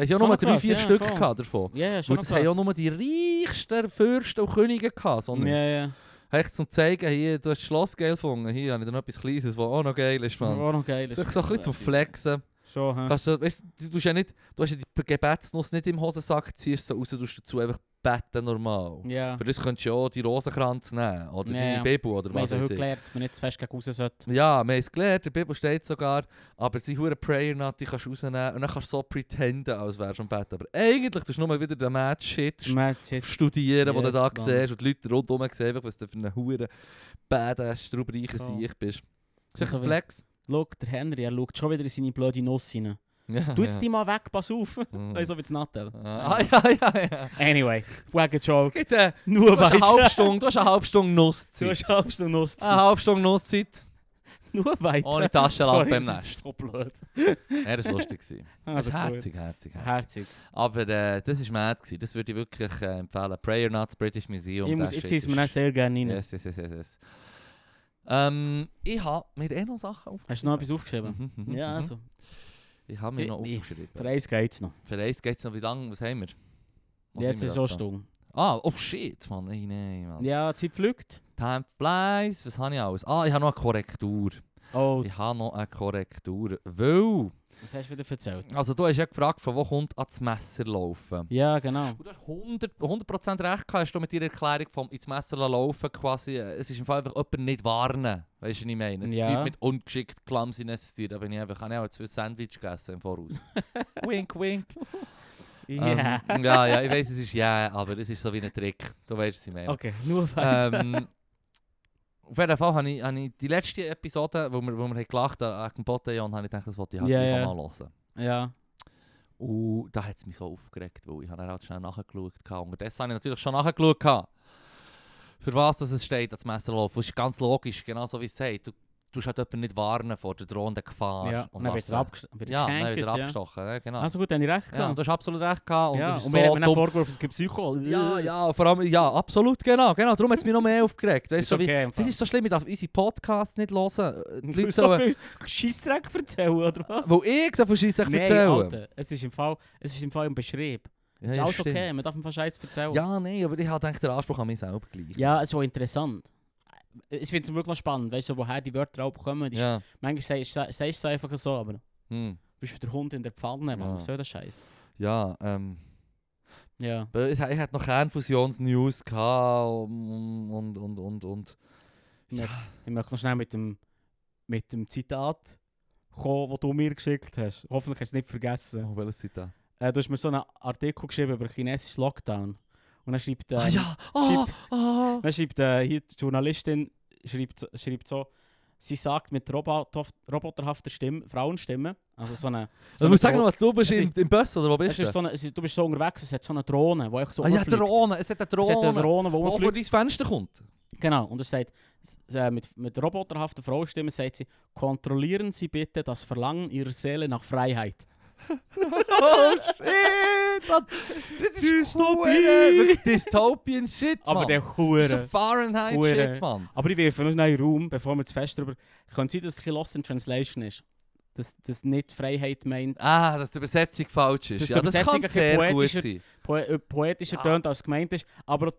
Es ja Schon nur noch drei, krass, vier ja, Stück voll. gehabt davon. Ja, ja, schon Und noch das haben ja krass. nur die reichsten Fürsten und Könige gehabt, so Ja, nichts. ja. Echt zum zeigen, hier, du hast das Schloss geil gefunden, hier habe ich dir noch etwas Kleines, was auch noch geil ist, man. Auch noch geil. So, so ein bisschen zum Flexen. Schon, hä? Kannst du, weißt, du, tust ja nicht, du hast ja die Gebetsnuss nicht im Hosensack, ziehst sie raus, tust dazu einfach beten normal. Ja. Für das könntest du ja auch die Rosenkranz nehmen, oder Ja, ja. deine Bibel, oder Wir haben was so heute weiß ich. gelernt, dass man nicht zu fest gegen raus sollte. Ja, wir haben es gelernt, in der Bibel steht sogar, aber sie hure Prayer Nut, die kannst du rausnehmen und dann kannst du so pretenden, als wärst du am Bett. Aber eigentlich tust du nur wieder den Mad-Shit Man sieht- studieren, wo du Yes, da Mann. siehst und die Leute rundherum sehen, einfach, was du für eine hure badass, strubreiche Voll. Sieg bist. Das ist Also ein wie- Flex. Schau, der Henry, er schaut schon wieder in seine blöde Nuss rein. Ja, Tu jetzt die mal weg, pass auf. Mhm. Also wie das Nattel. Ah ja, ja, ja. Anyway, wagen Joke. Geht, äh, Nur du, hast eine halbe weiter. Stunde, du hast eine halbe Stunde Du Nusszeit. hast eine halbe Stunde Nuss. Eine halbe Stunde Nusszeit. Nur weiter. Ohne Taschenlampe Sorry, im das ist Nest. So blöd. Ja, das war lustig. gewesen. Das Also ist gut. herzig, herzig, herzig. Herzig. Aber äh, das war mad. Gewesen. Das würde ich wirklich äh, empfehlen. Prayer Nuts, British Museum. Ich muss, der jetzt Shit ist mir nicht sehr gerne rein. Yes, yes, yes, yes. yes. Ähm, ich habe mir eh noch Sachen aufgeschrieben. Hast du noch etwas aufgeschrieben? Mhm, mhm, Ja, mhm. also. Ich habe mir Ich- noch ich- aufgeschrieben. Für eins geht's noch. Für eins geht es noch wie lange? Was haben wir? Was Jetzt sind wir ist es auch da? stumm. Ah, oh shit, Mann. Ey, nein, Mann. Ja, die Zeit pflückt. Time flies. Was habe ich alles? Ah, ich habe noch eine Korrektur. Oh, Ich habe noch eine Korrektur. Weil, das hast du wieder erzählt. also du hast ja gefragt, von wo kommt ans Messer laufen? Ja, genau. Und du hast 100%, 100 recht gehabt, hast du mit deiner Erklärung vom ins Messer laufen quasi, äh, es ist im Fall einfach jemanden nicht warnen, weißt du, was ich meine? Es Ja. gibt Leute mit ungeschickt Clumsiness, zu tun, da bin ich einfach, habe ich auch zwei Sandwich gegessen im Voraus. wink, wink. Ja. Ähm, ja, ja, ich weiß, es ist ja, aber es ist so wie ein Trick. Du weißt, was ich meine. Okay, nur weiter. Ähm, auf jeden Fall habe ich, habe ich die letzte Episode, wo wir, wo wir haben gelacht haben, an dem Boteon, habe ich gedacht, das wollte ich halt Ja, einfach ja. mal hören. Ja. Und da hat es mich so aufgeregt, weil ich habe dann halt schnell nachgeschaut habe. Unterdessen habe ich natürlich schon nachgeschaut. gehabt, Für was das es steht, das Messerlauf. Das ist ganz logisch, genau so wie es sagt. Du tust halt jemanden nicht warnen vor der drohenden Gefahr. Ja, und dann wird was, er abgestochen. ja, dann wird er ja. Ah, abgestochen. Ja, genau. Also gut, dann habe ich recht ja, und gehabt. du hast absolut recht gehabt. Und Ja, das ist und so wir haben dann dumm. vorgeworfen, es gibt Psycho. Ja, ja, vor allem, ja, absolut, genau, genau. Darum hat es mich noch mehr aufgeregt. Weißt, Ist so wie, okay. im Fall. das ist so schlimm, ich darf unsere Podcasts nicht hören. Äh, Die Leute so sollen, viel Scheissdreck erzählen, oder was? weil ich so von Scheisse Nein, erzählen. Alter, es ist im Fall, es ist im Fall ein Beschrieb. ja, es ist ja, alles stimmt. okay, man darf im Fall Scheiß erzählen. Ja, nein, aber ich habe eigentlich den Anspruch an mich selber gleich. ja, es ist auch interessant. Ich finde es wirklich noch spannend, weißt du, woher die Wörter auch kommen. Die ja. Manchmal sagst du es einfach so, aber du Hm. bist wie der Hund in der Pfanne, Mann. Ja. Was soll der Scheiß? Ja, ähm, Ja. weil ich, ich hatte noch Kernfusions-News gehabt und, und, und, und, und. Ich möchte noch schnell mit dem, mit dem Zitat kommen, das du mir geschickt hast. Hoffentlich hast du es nicht vergessen. Oh, welches sind da? Äh, du hast mir so einen Artikel geschrieben über chinesischen Lockdown. Und dann schreibt, ähm, ah ja, ah, ah. Dann schreibt äh, hier die Journalistin schreibt, so- schreibt so, sie sagt mit robothaft, roboterhafter Stimme, Frauenstimme, also so eine. So du eine musst sagen, Dro- was, du bist Es im, ist- im Bus oder wo es bist du? ist so eine, es ist, du bist so unterwegs, es hat so eine Drohne, die ich so ah ja, rumfliegt. Drohne, es hat eine Es hat eine Drohne, Drohne, die die vor rumfliegt. dein Fenster kommt. Genau, und es sagt, s- äh, mit, mit roboterhafter Frauenstimme sagt sie, kontrollieren Sie bitte das Verlangen Ihrer Seele nach Freiheit. oh shit! Mann. Das ist Dystopie. hure- wirklich Dystopian Shit, Mann. Aber der das ist so Hure. Fahrenheit Hure. Shit, Mann. Aber ich wirfe noch schnell in den Raum, bevor wir zu fest darüber... Könnte sein, dass es ein bisschen Lost in Translation ist. Dass das nicht Freiheit meint, Ah, dass die Übersetzung falsch ist. Dass die ja, das Übersetzung kann ein sehr bisschen gut poetischer- sein. poe äh, poetischer Ja. tönt, als gemeint ist. Aber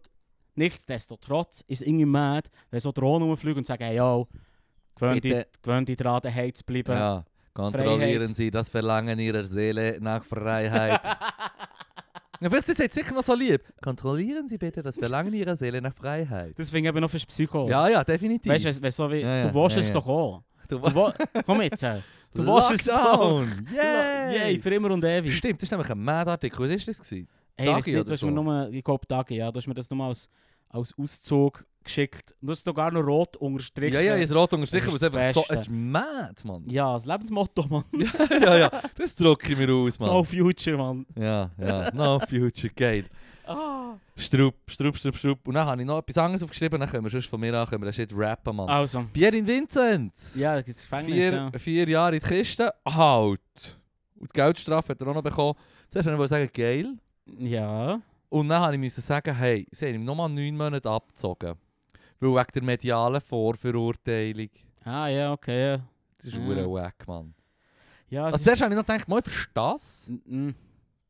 nichtsdestotrotz ist es irgendwie mad, wenn so Drohnen rumfliegen und sagen, hey, yo, gewöhn dich Bitte. gewöhn dich daran, daheim zu bleiben. Ja. Kontrollieren Sie das Verlangen Ihrer Seele nach Freiheit. ja, vielleicht, sie sagt sicher noch so lieb. Kontrollieren Sie bitte das Verlangen Ihrer Seele nach Freiheit. Das finde ich eben noch fürs Psycho. Ja, ja, definitiv. Weißt du, wenn- wenn so wie, Ja, ja, du willst ja, es ja. doch auch. du, Du wo- komm jetzt. äh. Du willst es doch. Lockdown! Yay, Yay! für immer und ewig. Stimmt, das ist nämlich ein Mad-Artikel. Was war das? Gewesen? Hey, das Dagi nicht, oder du hast mir so? nur, ich glaube Dagi, ja, du hast mir das nur als, als Auszug geschickt. Du hast sogar noch rot unterstrichen. Ja, ja, ich habe es rot unterstrichen, Das aber es ist ist einfach das so... Beste. Es ist mad, Mann. Ja, das Lebensmotto, Mann. ja, ja, das drücke ich mir aus, Mann. No future, Mann. Ja, ja, Nou, no future, geil. Strupp, strupp, strupp, strupp. Und dann habe ich noch etwas anderes aufgeschrieben, dann können wir sonst von mir an können wir den Shit rappen, Mann. Also, Pierin Vincent! Ah. ja, das gibt's Gefängnis, vier, ja. vier Jahre in die Kiste, halt! Und die Geldstrafe hat er auch noch bekommen. Zuerst wollte ich sagen, geil. Ja. Und dann habe ich müssen sagen, hey, sie haben ihm nochmal neun Monate abgezogen. Weil wegen der medialen Vorverurteilung. Ah, ja, okay, ja. Das ist Ja. hure wack, Mann. Ja, Also zuerst habe ich noch gedacht, mal, ich verstehe das. Mm, mm.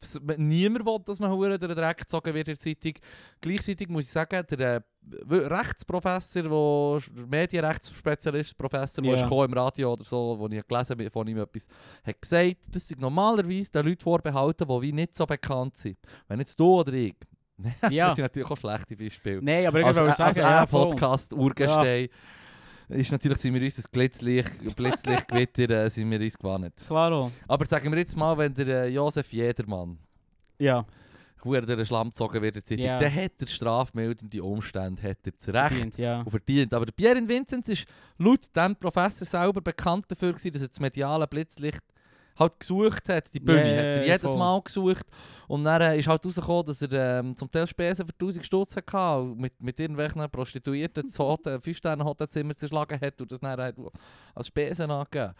S- Niemand will, dass man hure durch den Dreck gezogen wird in der Zeitung. Gleichzeitig muss ich sagen, der äh, w- Rechtsprofessor, wo, Medienrechtsspezialist, Professor, der Ja. ist gekommen im Radio oder so, wo ich gelesen habe, von ihm etwas, hat gesagt, das sind normalerweise den Leuten vorbehalten, die wie nicht so bekannt sind. Wenn jetzt du oder ich, Ja. das sind natürlich auch schlechte Beispiele. Nein, aber ich Also, wollte also, also sagen, ja, ein voll. Podcast Urgestein ist natürlich, sind wir uns das Blitzlicht, Blitzlicht Gewitter, äh, sind wir uns gewarnt. Klaro. Aber sagen wir jetzt mal, wenn der äh, Josef Jedermann Ja. huere durch den Schlamm gezogen wird, in der Zeitung, Ja. dann hat er strafmildende Umstände, hat er zu Recht Verdient, ja. und verdient. Aber der Pierin Vinzenz ist laut dem Professor selber bekannt dafür gewesen, dass er das mediale Blitzlicht halt gesucht hat, die Bühne Ja, hat ja, er ja, jedes voll. Mal gesucht und dann äh, ist halt rausgekommen, dass er ähm, zum Teil Spesen für 1000 Stutz hatte und mit, mit irgendwelchen Prostituierten das Hotel, 5 sterne hotelzimmer zerschlagen hat und das dann halt als Spesen angegeben.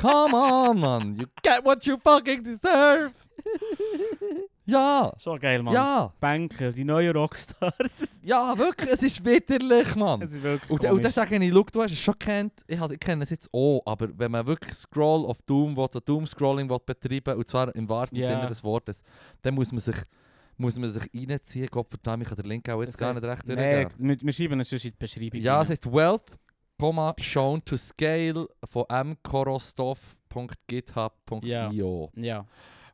Come on, man! You get what you fucking deserve! Ja! So geil, Mann. Ja! Banker, die neuen Rockstars. Ja, wirklich, es ist widerlich, Mann! das ist wirklich Und, und dann komisch. sage ich, schau, du hast es schon kennt, ich, has- ich kenne es jetzt auch, aber wenn man wirklich Scroll of Doom will, Doom-Scrolling will betreiben und zwar im wahrsten Ja. Sinne des Wortes, dann muss man sich, muss man sich reinziehen. Gottverdammt, ich kann den Link auch jetzt Das gar heißt- nicht recht Nee, durchgehen. wir, wir schreiben es sonst in die Beschreibung. Ja, rein. es heißt Wealth, Komma, shown to scale von mkorostov.github.io. Ja.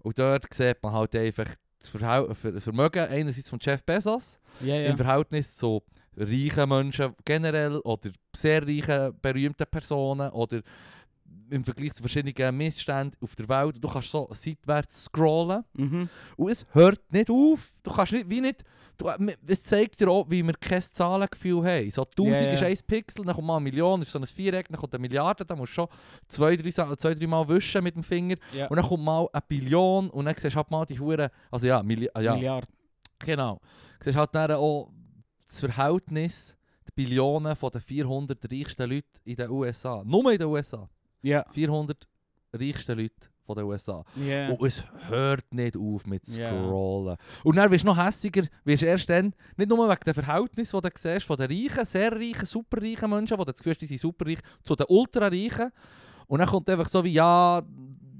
Und dort sieht man halt einfach das Verhau Ver- Vermögen einerseits von Jeff Bezos, Ja, ja. im Verhältnis zu reichen Menschen generell oder sehr reichen, berühmten Personen oder im Vergleich zu verschiedenen Missständen auf der Welt. Du kannst so seitwärts scrollen Mhm. und es hört nicht auf. Du kannst nicht, wie nicht, du, es zeigt dir auch, wie wir kein Zahlengefühl haben. So 1000 Ja, ja. ist ein Pixel, dann kommt mal eine Million, ist so ein Viereck, dann kommt eine Milliarde, dann musst du schon zwei, drei, Sa- zwei, drei Mal wischen mit dem Finger Ja. und dann kommt mal eine Billion und dann siehst du halt mal die Huren, also ja, Milli ja, Milliard. Genau. Du siehst halt dann auch das Verhältnis, die Billionen von den 400 reichsten Leuten in den USA. Nur in den USA. Ja. 400 reichsten Leute von den USA. Ja. Und es hört nicht auf mit Ja. Scrollen. Und dann wirst du noch hässiger, wirst du erst dann, nicht nur wegen dem Verhältnis, das du siehst, von den reichen, sehr reichen, superreichen Menschen, die du das Gefühl hast, die sind superreich, zu den ultrareichen. Und dann kommt einfach so wie, ja,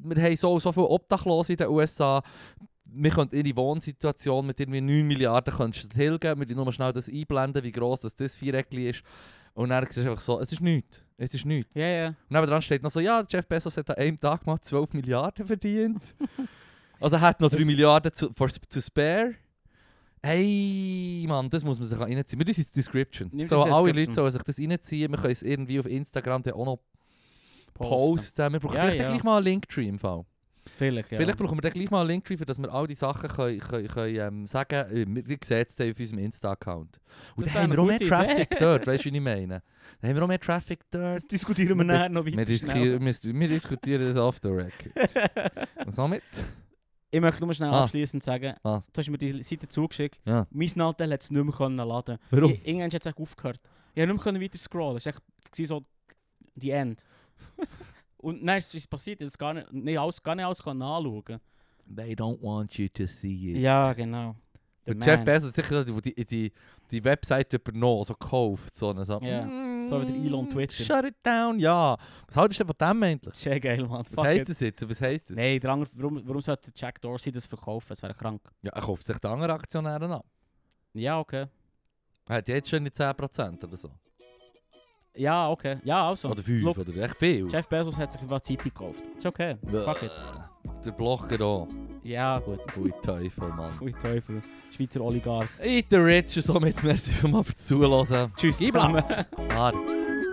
wir haben so, so viele Obdachlose in den USA, wir können ihre Wohnsituation mit irgendwie 9 Milliarden könntest du tilgen, wir tun nur schnell das einblenden, wie gross das, das Viereckli ist. Und dann siehst du einfach so, es ist nichts, es ist nichts. Ja, ja. Und nebenan steht noch so, ja, Jeff Bezos hat an einem Tag mal 12 Milliarden verdient. also er hat noch 3 Das- Milliarden zu, for, to spare. Hey, Mann, das muss man sich auch reinziehen. Wir tun es in die Description. Nimm das so, in die alle Description. Leute sollen sich das reinziehen. Wir können es irgendwie auf Instagram dann auch noch posten. Post. Wir brauchen vielleicht Ja, ja. Genau. dann gleich mal einen Linktree im Fall. Vielleicht, ja. Vielleicht brauchen wir dann gleich mal einen Linktree, für dass wir all die Sachen können, können, können, ähm, sagen können. Äh, ihr seht es dann auf unserem Insta-Account. Und Das dann haben wir wäre auch eine mehr gute Idee. Traffic dort. Weißt du, wie ich meine? Dann haben wir auch mehr Traffic dort. Das diskutieren wir Wir- nachher noch Wir, weiter. diski- schnell. wir- wir diskutieren das off the record. Und somit? Ich möchte nur schnell Was? abschließend sagen, Was? du hast mir die Seite zugeschickt. Ja. Mein Nadel hat es nicht mehr können laden. Warum? Ich- Irgendwann hat es echt aufgehört. Ich konnte nicht mehr können weiter scrollen. Es war echt war so die End. Und dann ist es passiert, ich habe gar nicht, nicht alles, gar nicht alles kann anschauen They don't want you to see it. Ja, genau. Der Und Jeff Man. Bezos hat sicher die, die, die, die Webseite übernommen, so gekauft. So, und so, Ja. So wie der Elon mm, Twitter. Shut it down, ja. Was haltest du denn von dem eigentlich? Sehr geil, Mann. Was Fuck heisst it. das jetzt? Was heisst das? Nein, der andere, warum, warum sollte Jack Dorsey dus das verkaufen? Das wäre krank. Ja, er kauft sich die anderen Aktionäre ab. Ja, okay. Er hat jetzt schon die 10% oder so. Ja, okay. Ja, also. Oder 5 Look, oder echt viel. Jeff Bezos hat sich über die Zeitung gekauft. Ist okay. Bäh. Fuck it. Der Blocker auch. Ja, gut. Pfui Teufel, Mann. Ui Teufel. Schweizer Oligarch. Eat the rich und somit merci vielmals fürs Zuhören. Tschüss Gib zusammen. Alex.